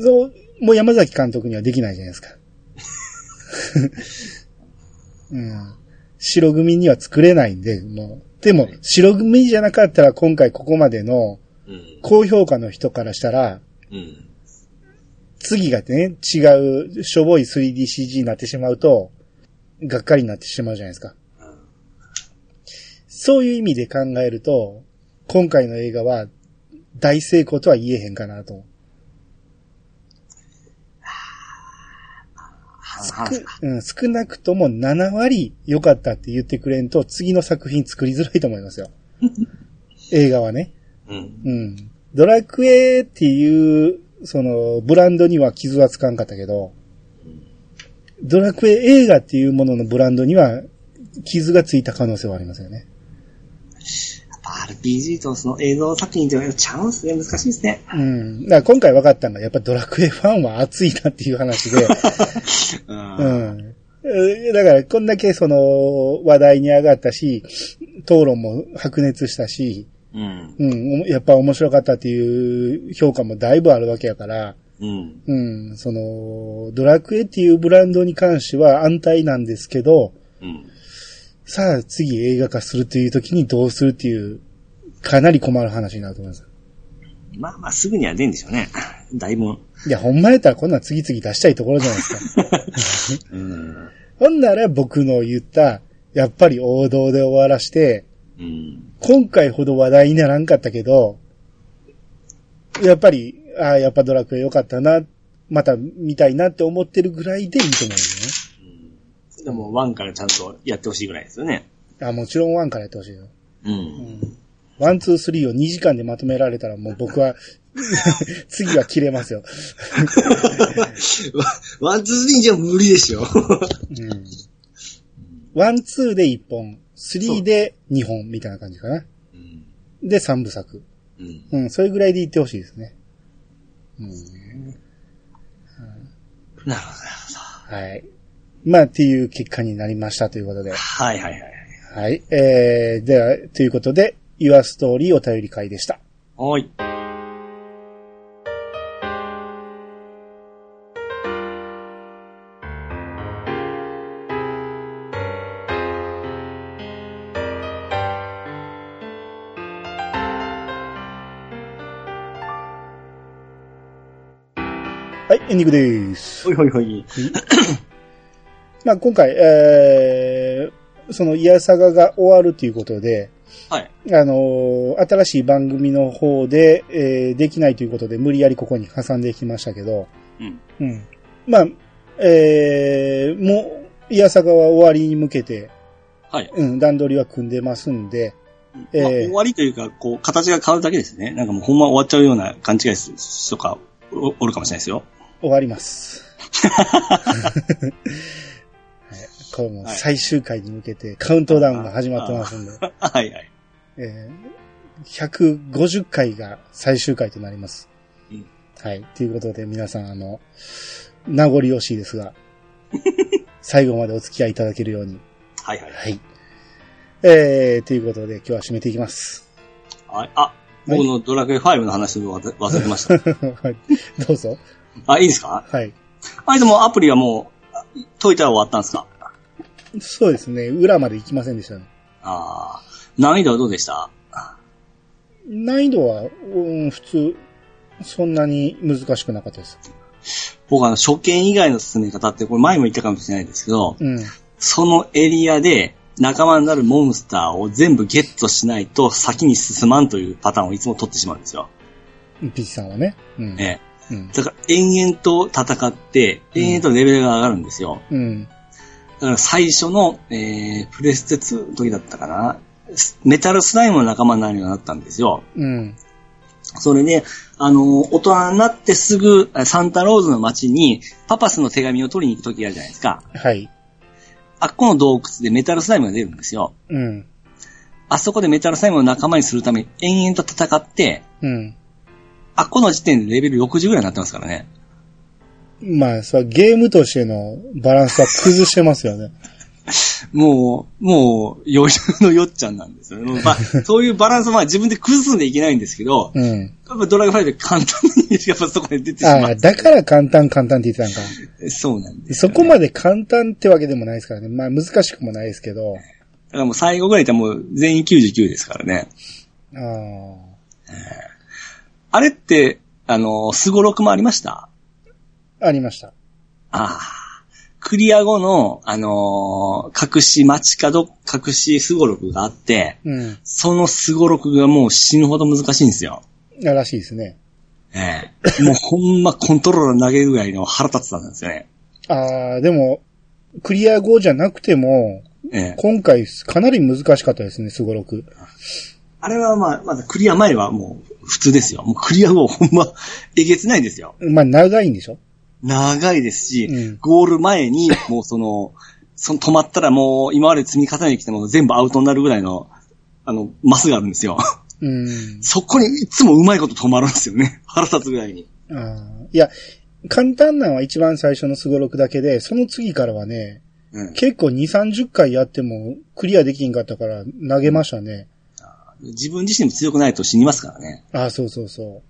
[SPEAKER 1] そう、もう山崎監督にはできないじゃないですか。 うん。白組には作れないんで、もう。でも、白組じゃなかったら今回ここまでの
[SPEAKER 2] うん。
[SPEAKER 1] 高評価の人からしたら、
[SPEAKER 2] うん。
[SPEAKER 1] 次がね、違う、しょぼい 3DCG になってしまうと、がっかりになってしまうじゃないですか。そういう意味で考えると、今回の映画は大成功とは言えへんかなと。うん、少なくとも7割良かったって言ってくれんと、次の作品作りづらいと思いますよ。映画はね。
[SPEAKER 2] うん。
[SPEAKER 1] うん。ドラクエっていう、その、ブランドには傷はつかんかったけど、ドラクエ映画っていうもののブランドには傷がついた可能性はありますよね。
[SPEAKER 2] やっぱ RPG とその映像作品っていうのはチャンスが難しいですね。
[SPEAKER 1] うん。だから今回分かったのが、やっぱドラクエファンは熱いなっていう話で、
[SPEAKER 2] う。
[SPEAKER 1] うんん。えだから、こんだけその、話題に上がったし、討論も白熱したし、
[SPEAKER 2] うん。
[SPEAKER 1] うん、おやっぱ面白かったっていう評価もだいぶあるわけやから、
[SPEAKER 2] うん。
[SPEAKER 1] うん、その、ドラクエっていうブランドに関しては安泰なんですけど、
[SPEAKER 2] うん。
[SPEAKER 1] さあ次映画化するという時にどうするっていう、かなり困る話になると思います。
[SPEAKER 2] まあまあ、すぐには出んでしょうね。だいぶ。
[SPEAKER 1] いや、ほんまやったらこんなん次々出したいところじゃないですか。
[SPEAKER 2] うん。
[SPEAKER 1] ほんなら僕の言った、やっぱり王道で終わらして、
[SPEAKER 2] うん。
[SPEAKER 1] 今回ほど話題にならんかったけど、やっぱり、ああ、やっぱドラクエ良かったな、また見たいなって思ってるぐらいでいいと思うんです
[SPEAKER 2] でも、ワンからちゃんとやってほしいぐらいですよね。
[SPEAKER 1] よね。あもちろん1からやってほしいよ。
[SPEAKER 2] うん。
[SPEAKER 1] ワン、ツー、スリーを2時間でまとめられたらもう僕は、 次は切れますよ。
[SPEAKER 2] ワン、ツー、スリーじゃ無理でしょ。
[SPEAKER 1] うん。ワン、ツーで1本、スリーで2本みたいな感じかな。
[SPEAKER 2] うん。
[SPEAKER 1] で3部作。
[SPEAKER 2] うん。
[SPEAKER 1] うん、それぐらいでいってほしいですね。うん。
[SPEAKER 2] なるほど。
[SPEAKER 1] はい。まあ、っていう結果になりましたということで。
[SPEAKER 2] はいはいはい。
[SPEAKER 1] はい。えー、では、ということで、Your Story お便り会でした。
[SPEAKER 2] はい。
[SPEAKER 1] はい、エンディングです。
[SPEAKER 2] ほいほいほい。
[SPEAKER 1] まあ、今回、えー、その、イヤサガが終わるということで、
[SPEAKER 2] はい。
[SPEAKER 1] あのー新しい番組の方で、えーできないということで、無理やりここに挟んできましたけど、
[SPEAKER 2] うん。
[SPEAKER 1] うん。まあ、えー、もう、いやさかは終わりに向けて、
[SPEAKER 2] はい。
[SPEAKER 1] うん、段取りは組んでますんで、え
[SPEAKER 2] まあ、
[SPEAKER 1] ー
[SPEAKER 2] 終わりというか、こう、形が変わるだけですね。なんかもうほんま終わっちゃうような勘違いする人がおおるかもしれないですよ。
[SPEAKER 1] 終わります。はい、これも
[SPEAKER 2] はい
[SPEAKER 1] 最終回に向けてカウントダウンが始まってますんで、
[SPEAKER 2] はいはい。
[SPEAKER 1] えー、150回が最終回となります。
[SPEAKER 2] うん
[SPEAKER 1] はい。ということで皆さん、あの、名残惜しいです が、最後までお付き合いいただけるように。
[SPEAKER 2] はいはい。
[SPEAKER 1] はい。えー、ということで今日は締めていきます。
[SPEAKER 2] はい、あ、僕のドラクエ5の話を忘れ忘れてました。
[SPEAKER 1] はい。どうぞ。
[SPEAKER 2] あ、いいですか
[SPEAKER 1] はい。
[SPEAKER 2] あ、でもアプリはもう、解いたら終わったんですか
[SPEAKER 1] そうですね。裏まで行きませんでしたね。
[SPEAKER 2] ああ、難易度はどうでした
[SPEAKER 1] 難易度は、うん、普通、そんなに難しくなかったです。
[SPEAKER 2] 僕あの、初見以外の進め方って、これ前も言ったかもしれないですけど、
[SPEAKER 1] うん。
[SPEAKER 2] そのエリアで仲間になるモンスターを全部ゲットしないと先に進まんというパターンをいつも取ってしまうんですよ。
[SPEAKER 1] ピッチさんはね。うん。
[SPEAKER 2] え
[SPEAKER 1] うん
[SPEAKER 2] え。。だから延々と戦って、
[SPEAKER 1] うん
[SPEAKER 2] 延々とレベルが上がるんですよ。
[SPEAKER 1] うん。
[SPEAKER 2] だから最初の、えー、プレステ2の時だったかな。スメタルスライムの仲間になるようになったんですよ。
[SPEAKER 1] うん。
[SPEAKER 2] それで、あの、大人になってすぐ、えサンタローズの街に、パパスの手紙を取りに行く時があるじゃないですか。
[SPEAKER 1] はい。
[SPEAKER 2] あっこの洞窟でメタルスライムが出るんですよ。
[SPEAKER 1] うん。
[SPEAKER 2] あそこでメタルスライムの仲間にするために延々と戦って、
[SPEAKER 1] うん。
[SPEAKER 2] あっこの時点でレベル60ぐらいになってますからね。
[SPEAKER 1] まあ、それはゲームとしてのバランスは崩してますよね。
[SPEAKER 2] もう、もう、余裕のよっ ちゃんなんですよね。まあ、そういうバランスはまあ自分で崩すんでいけないんですけど、
[SPEAKER 1] うん。
[SPEAKER 2] やっぱドラゴンファイブで簡単に、 やっぱそこで出てし
[SPEAKER 1] あ
[SPEAKER 2] ま
[SPEAKER 1] あ、だから簡単簡単って言ってたんか。
[SPEAKER 2] う。そうなんです。
[SPEAKER 1] そこまで簡単ってわけでもないですからね。まあ難しくもないですけど。
[SPEAKER 2] だからもう最後ぐらいでもう全員99ですからね。
[SPEAKER 1] ああ。
[SPEAKER 2] あれって、あの、スゴロクもありました
[SPEAKER 1] ありました。
[SPEAKER 2] ああ。クリア後の、あのー隠し街角、隠しスゴロクがあって、
[SPEAKER 1] うん。
[SPEAKER 2] そのスゴロクがもう死ぬほど難しいんですよ。
[SPEAKER 1] らしいですね。
[SPEAKER 2] ええ。 もうほんまコントローラー投げるぐらいの腹立つさなんですよね。
[SPEAKER 1] ああ、でも、クリア後じゃなくても、
[SPEAKER 2] ええ。
[SPEAKER 1] 今回かなり難しかったですね、すごろく。
[SPEAKER 2] あれはまあ、まだクリア前はもう普通ですよ。もうクリア後ほんま、えげつないですよ。
[SPEAKER 1] まあ長いんでしょ
[SPEAKER 2] 長いですし、
[SPEAKER 1] うん
[SPEAKER 2] ゴール前に、 もうその、その止まったらもう今まで積み重ねてきたもの全部アウトになるぐらいの、あの、マスがあるんですよ。
[SPEAKER 1] うん。
[SPEAKER 2] そこにいつもうまいこと止まるんですよね。 腹立つぐらいに。
[SPEAKER 1] ああ。いや、簡単なのは一番最初のすごろくだけで、その次からはね、
[SPEAKER 2] うん。
[SPEAKER 1] 結構2、30回やってもクリアできんかったから投げましたね。
[SPEAKER 2] 自分自身も強くないと死にますからね。
[SPEAKER 1] ああ、そうそうそ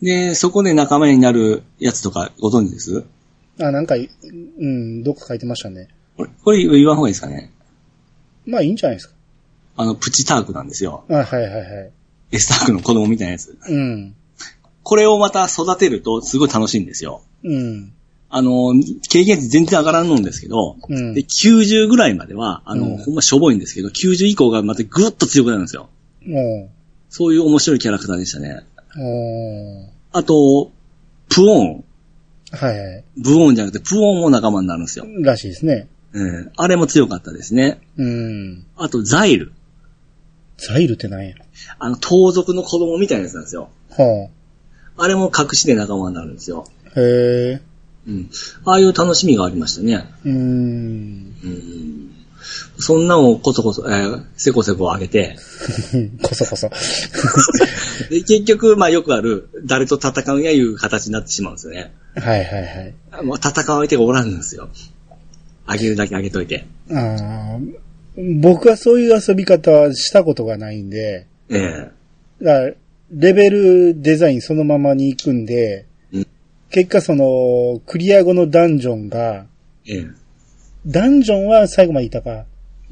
[SPEAKER 2] で、そこで仲間になるやつとかご存知です
[SPEAKER 1] う。ああ、なんか、うん、どっか書いてましたね。
[SPEAKER 2] これ、これ言わん方がいいですかね。
[SPEAKER 1] まあいいんじゃないですか。
[SPEAKER 2] あの、プチタークなんですよ。
[SPEAKER 1] ああはいはいはい。
[SPEAKER 2] エスタークの子供みたいなやつ。
[SPEAKER 1] うん。
[SPEAKER 2] これをまた育てるとすごい楽しいんですよ。
[SPEAKER 1] うん。
[SPEAKER 2] あの、経験値全然上がらんのんですけど、
[SPEAKER 1] うん
[SPEAKER 2] で、90ぐらいまでは、あの、
[SPEAKER 1] うん
[SPEAKER 2] ほんましょぼいんですけど、90以降がまたぐっと強くなるんですよ。
[SPEAKER 1] も
[SPEAKER 2] そういう面白いキャラクターでしたね。
[SPEAKER 1] う、お
[SPEAKER 2] あと、プオン。
[SPEAKER 1] ーはいはい。
[SPEAKER 2] ブオンじゃなくて、プオンも仲間になるんですよ。
[SPEAKER 1] らしいですね。
[SPEAKER 2] うん。あれも強かったですね。
[SPEAKER 1] うん。
[SPEAKER 2] あと、ザイル。
[SPEAKER 1] ザイルってなんや。
[SPEAKER 2] あの、盗賊の子供みたいなやつなんですよ。
[SPEAKER 1] は
[SPEAKER 2] あれも隠しで仲間になるんですよ。
[SPEAKER 1] あ。へえ。
[SPEAKER 2] うん。ああいう楽しみがありましたね。
[SPEAKER 1] うーん。
[SPEAKER 2] うん。そんなのをこそこそ、えー、せこせこ上げて、
[SPEAKER 1] こそこそ。
[SPEAKER 2] で、結局、まあよくある、誰と戦うやいう形になってしまうんですよね。
[SPEAKER 1] はいはいはい。
[SPEAKER 2] もう戦う相手がおらんんですよ。あげるだけあげといて。
[SPEAKER 1] あー僕はそういう遊び方はしたことがないんで、
[SPEAKER 2] ええ
[SPEAKER 1] だからレベルデザインそのままに行くんで、
[SPEAKER 2] うん
[SPEAKER 1] 結果その、クリア後のダンジョンが、
[SPEAKER 2] ええ
[SPEAKER 1] ダンジョンは最後までいたか、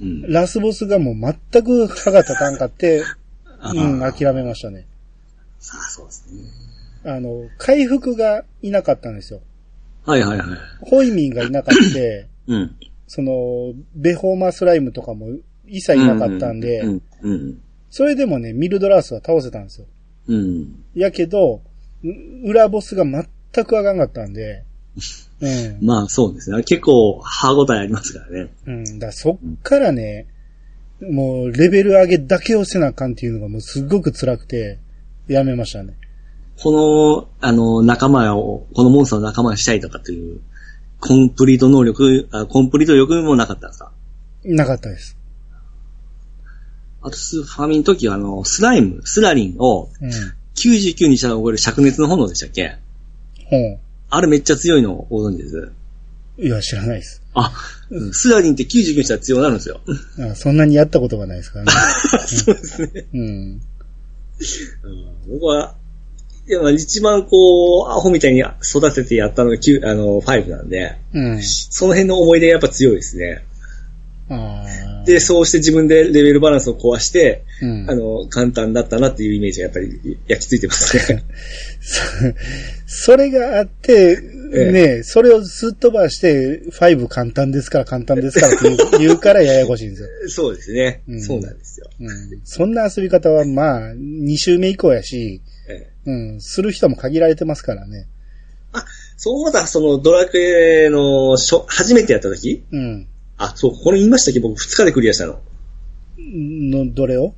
[SPEAKER 2] うん。
[SPEAKER 1] ラスボスがもう全く歯が立たんかって、
[SPEAKER 2] あー
[SPEAKER 1] うん、諦めましたね。
[SPEAKER 2] さあ、そうですね。
[SPEAKER 1] あの、回復がいなかったんですよ。
[SPEAKER 2] はいはいはい。
[SPEAKER 1] ホイミンがいなか った、
[SPEAKER 2] うん。
[SPEAKER 1] その、ベホーマースライムとかも一切いなかったんで、
[SPEAKER 2] うん。うん。
[SPEAKER 1] それでもね、ミルドラースは倒せたんですよ。
[SPEAKER 2] うん。
[SPEAKER 1] やけど、う裏ボスが全く上がんかったんで、うん。
[SPEAKER 2] まあそうですね。結構歯応えありますからね。
[SPEAKER 1] うん。だからそっからね、もうレベル上げだけをせなあかんっていうのがもうすごく辛くて、やめましたね。
[SPEAKER 2] この、あの、仲間を、このモンスターの仲間にしたいとかっていう、コンプリート能力、あコンプリート力もなかったんですか
[SPEAKER 1] なかったです。
[SPEAKER 2] あと、スーファミの時は、あの、スライム、スラリンを
[SPEAKER 1] うん。
[SPEAKER 2] 99にしたら覚える灼熱の炎でしたっけ
[SPEAKER 1] ほ
[SPEAKER 2] あれめっちゃ強いのをご存知です。
[SPEAKER 1] う。いや、知らないです。
[SPEAKER 2] あ、スラリンって99にしたら強くなるんですよ。
[SPEAKER 1] あそんなにやったことがないです からね。
[SPEAKER 2] そうですね。
[SPEAKER 1] うん。
[SPEAKER 2] うん僕は、いやまあ一番こう、アホみたいに育ててやったのが9、あの、5なんで、
[SPEAKER 1] うん。
[SPEAKER 2] その辺の思い出がやっぱ強いですね。
[SPEAKER 1] あー
[SPEAKER 2] で、そうして自分でレベルバランスを壊して、
[SPEAKER 1] うん
[SPEAKER 2] あの、簡単だったなっていうイメージがやっぱり焼き付いてますね。
[SPEAKER 1] そ それがあって、
[SPEAKER 2] ええ
[SPEAKER 1] ね、それをすっ飛ばして、5簡単ですから簡単ですからって言う言うからややこしいんですよ。
[SPEAKER 2] そうですね、
[SPEAKER 1] うん
[SPEAKER 2] そうなんですよ。
[SPEAKER 1] うん、そんな遊び方はまあ、2周目以降やし、
[SPEAKER 2] ええ
[SPEAKER 1] うん、する人も限られてますからね。
[SPEAKER 2] そう思ったら、そのドラクエの初初めてやった時
[SPEAKER 1] うん。
[SPEAKER 2] あ、そう、これ言いましたっけ僕2日でクリアしたの。
[SPEAKER 1] の、どれを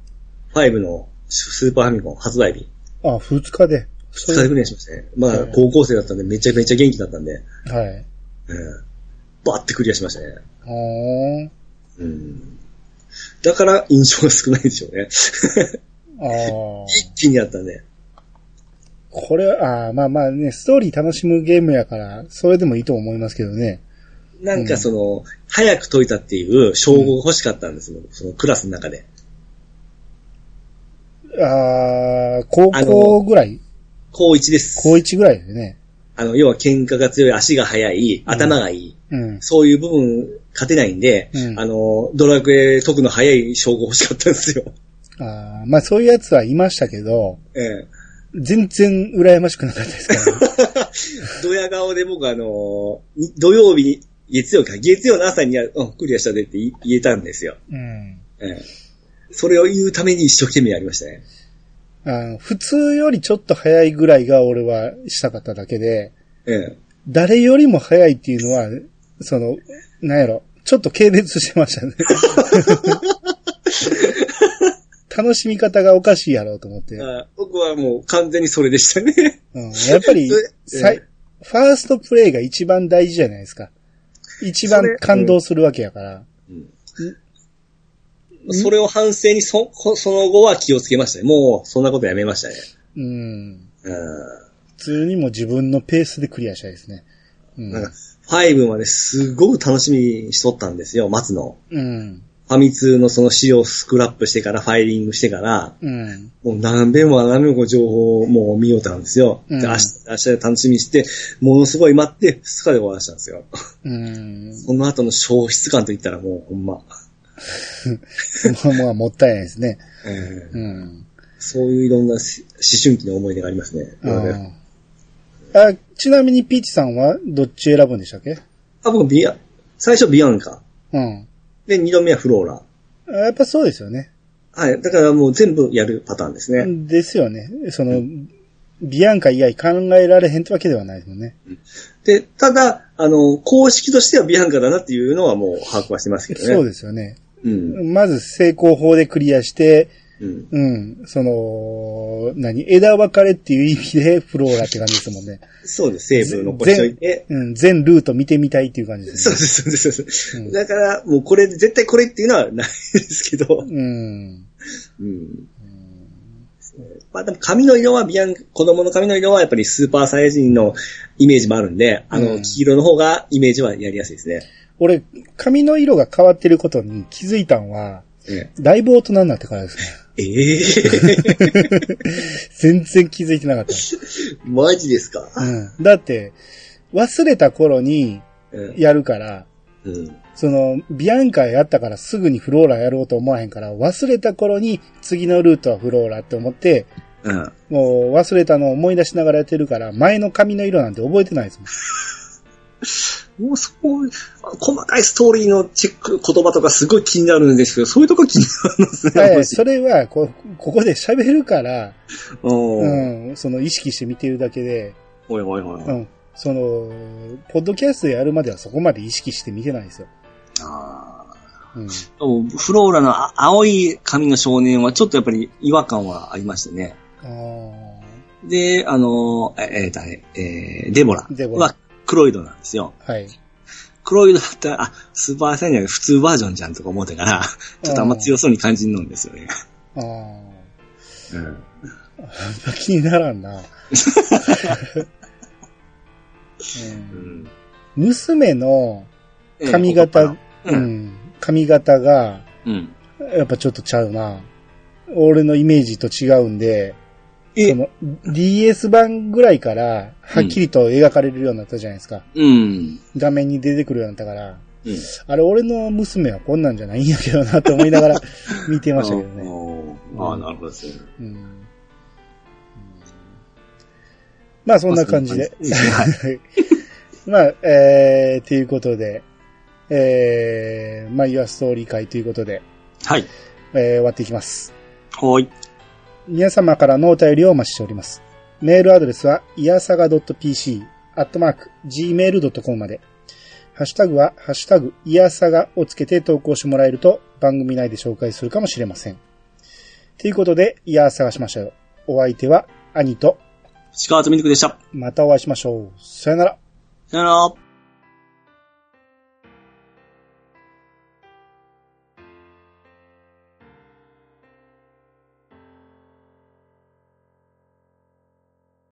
[SPEAKER 2] 5のスーパーファミコン発売日。
[SPEAKER 1] あ、2日で。
[SPEAKER 2] 2日でクリアしましたね。まあ、
[SPEAKER 1] ええ
[SPEAKER 2] 高校生だったんでめちゃめちゃ元気だったんで、
[SPEAKER 1] はい。
[SPEAKER 2] うん。バーってクリアしましたね。
[SPEAKER 1] ほー
[SPEAKER 2] うん。だから印象が少ないでしょ うね。
[SPEAKER 1] あー
[SPEAKER 2] 一気にやったんで。
[SPEAKER 1] これは、あーまあまあね、ストーリー楽しむゲームやから、それでもいいと思いますけどね。
[SPEAKER 2] なんかその、早く解いたっていう称号が欲しかったんですよ、そのクラスの中で。
[SPEAKER 1] あー高校ぐらい
[SPEAKER 2] 高1です。
[SPEAKER 1] 高1ぐらいだよね。
[SPEAKER 2] あの、要は喧嘩が強い、足が速
[SPEAKER 1] ん
[SPEAKER 2] い、頭がいい。
[SPEAKER 1] うん。
[SPEAKER 2] そういう部分、勝てないんで、
[SPEAKER 1] うん
[SPEAKER 2] あの、ドラクエ解くの早い称号欲しかったんですよ。
[SPEAKER 1] あーまあそういうやつはいましたけど、
[SPEAKER 2] ええ。
[SPEAKER 1] 全然羨ましくなかったですから、ね。
[SPEAKER 2] ドヤ顔で僕あの、に土曜日、月曜か、月曜の朝にや、うん、クリアしたでって言言えたんですよ。
[SPEAKER 1] うん
[SPEAKER 2] ええ。それを言うために一生懸命やりましたね。
[SPEAKER 1] あの。普通よりちょっと早いぐらいが俺はしたかっただけで、
[SPEAKER 2] ええ。
[SPEAKER 1] 誰よりも早いっていうのは、その、なんやろ、ちょっと軽蔑してま したね。楽しみ方がおかしいやろうと思って。う
[SPEAKER 2] あ僕はもう完全にそれでしたね。
[SPEAKER 1] ん、やっぱり
[SPEAKER 2] それ、
[SPEAKER 1] さい
[SPEAKER 2] え
[SPEAKER 1] ファーストプレイが一番大事じゃないですか。一番
[SPEAKER 2] それ
[SPEAKER 1] 感動するわけやから。
[SPEAKER 2] それを反省にそ、こその後は気をつけましたね。もう、そんなことやめましたね。
[SPEAKER 1] うん。
[SPEAKER 2] う。
[SPEAKER 1] 普通にもう自分のペースでクリアしたいですね。うんん
[SPEAKER 2] なんか、ファイブまですごく楽しみにしとったんですよ、松の。
[SPEAKER 1] うん。
[SPEAKER 2] ファミ通のその資料をスクラップしてから、ファイリングしてから、
[SPEAKER 1] うん。
[SPEAKER 2] もう何遍も何遍もこう情報をもう見ようたんですよ。
[SPEAKER 1] うん
[SPEAKER 2] で明日、明日で楽しみにして、ものすごい待って、2日で終わらしたんですよ。
[SPEAKER 1] うん。
[SPEAKER 2] その後の消失感といったらもう、ほんま。
[SPEAKER 1] まあまあ、もったいないですね。
[SPEAKER 2] えー
[SPEAKER 1] うん。
[SPEAKER 2] そういういろんなし思春期の思い出がありますね。
[SPEAKER 1] ああちなみにピーチさんはどっち選ぶんでしたっけ
[SPEAKER 2] あ、僕ビア、最初ビアンカ。
[SPEAKER 1] うん。
[SPEAKER 2] で、二度目はフローラ。
[SPEAKER 1] やっぱそうですよね。
[SPEAKER 2] はい。だからもう全部やるパターンですね。
[SPEAKER 1] ですよね。その、ビアンカ以外考えられへんってわけではないですもんね。
[SPEAKER 2] で、ただ、あの、公式としてはビアンカだなっていうのはもう把握はしてますけどね。
[SPEAKER 1] そう
[SPEAKER 2] で
[SPEAKER 1] ですよね。
[SPEAKER 2] す。うん。
[SPEAKER 1] まず成功法でクリアして、
[SPEAKER 2] うん。
[SPEAKER 1] うん、その、何、枝分かれっていう意味でフローラって感じですもんね。
[SPEAKER 2] そうです。セーブ残しといて。
[SPEAKER 1] うん、全ルート見てみたいっていう感じです
[SPEAKER 2] そう
[SPEAKER 1] ね。
[SPEAKER 2] です、そうです、そ
[SPEAKER 1] う
[SPEAKER 2] うです。
[SPEAKER 1] ん
[SPEAKER 2] だから、もうこれ、絶対これっていうのはないですけど。
[SPEAKER 1] うん。
[SPEAKER 2] うん。まあでも髪の色はビアン、子供の髪の色はやっぱりスーパーサイヤ人のイメージもあるんで、あ
[SPEAKER 1] う
[SPEAKER 2] の、
[SPEAKER 1] ん
[SPEAKER 2] 黄色の方がイメージはやりやすいですね。
[SPEAKER 1] 俺、髪の色が変わってることに気づいたんは、
[SPEAKER 2] え
[SPEAKER 1] だいぶ大人になってからですね。
[SPEAKER 2] ええ
[SPEAKER 1] 全然気づいてなかっ
[SPEAKER 2] え マジですか
[SPEAKER 1] た。うん。だって、忘れた頃に
[SPEAKER 2] うん
[SPEAKER 1] やるから、
[SPEAKER 2] うん。
[SPEAKER 1] その、ビアンカやったからすぐにフローラやろうと思わへんから、忘れた頃に次のルートはフローラって思って、
[SPEAKER 2] うん。
[SPEAKER 1] もう忘れたのを思い出しながらやってるから、前の髪の色なんて覚えてないですもん。
[SPEAKER 2] もうそこ、細かいストーリーのチェック、言葉とかすごい気になるんですけど、そういうとこ気になるんですね。
[SPEAKER 1] はい、
[SPEAKER 2] 私
[SPEAKER 1] それはこ、ここで喋るから、
[SPEAKER 2] うん。
[SPEAKER 1] うん、その意識して見てるだけで、
[SPEAKER 2] おいおいおい。
[SPEAKER 1] うん、その、ポッドキャストやるまではそこまで意識して見てないんですよ。
[SPEAKER 2] あ
[SPEAKER 1] うん。
[SPEAKER 2] ーでもフローラのあ青い髪の少年はちょっとやっぱり違和感はありましたね。
[SPEAKER 1] あ
[SPEAKER 2] で、あの、ええー誰、えーデボラ
[SPEAKER 1] ーでも、は
[SPEAKER 2] はクロイドなんですよ。
[SPEAKER 1] い。
[SPEAKER 2] クロイドだったら、あ、スーパーサイヤン普通バージョンじゃんとか思っ てから、ちょっとあんま強そうに感じるんですよね。
[SPEAKER 1] あー
[SPEAKER 2] うん。
[SPEAKER 1] あんま気にならんな。うん
[SPEAKER 2] うん
[SPEAKER 1] 娘の髪型、
[SPEAKER 2] う。
[SPEAKER 1] うんん、髪型が、
[SPEAKER 2] うん。
[SPEAKER 1] やっぱちょっとちゃうな。俺のイメージと違うんで、
[SPEAKER 2] え
[SPEAKER 1] その DS 版ぐらいから、はっきりと描かれるようになったじゃないですか。
[SPEAKER 2] うん。
[SPEAKER 1] 画面に出てくるようになったから。
[SPEAKER 2] うん
[SPEAKER 1] あれ、俺の娘はこんなんじゃないんやけどなと思いながら見てましたけどね。
[SPEAKER 2] あーあー、なるほどですね。
[SPEAKER 1] うんうんまあ、そんな感じで。
[SPEAKER 2] はい。
[SPEAKER 1] まあ、えー、ということで、えー、まあ、イワストーリー会ということで、
[SPEAKER 2] はい。
[SPEAKER 1] えー、終わっていきます。
[SPEAKER 2] はい。
[SPEAKER 1] 皆様からのお便りをお待ちしております。メールアドレスは、いやさが .pc、アットマーク、gmail.com まで。ハッシュタグは、ハッシュタグ、いやさがをつけて投稿してもらえると、番組内で紹介するかもしれません。ということで、いやさがしましたよ。お相手は、兄と、
[SPEAKER 2] 石川とミルクでした。
[SPEAKER 1] またお会いしましょう。さよなら。
[SPEAKER 2] さよなら。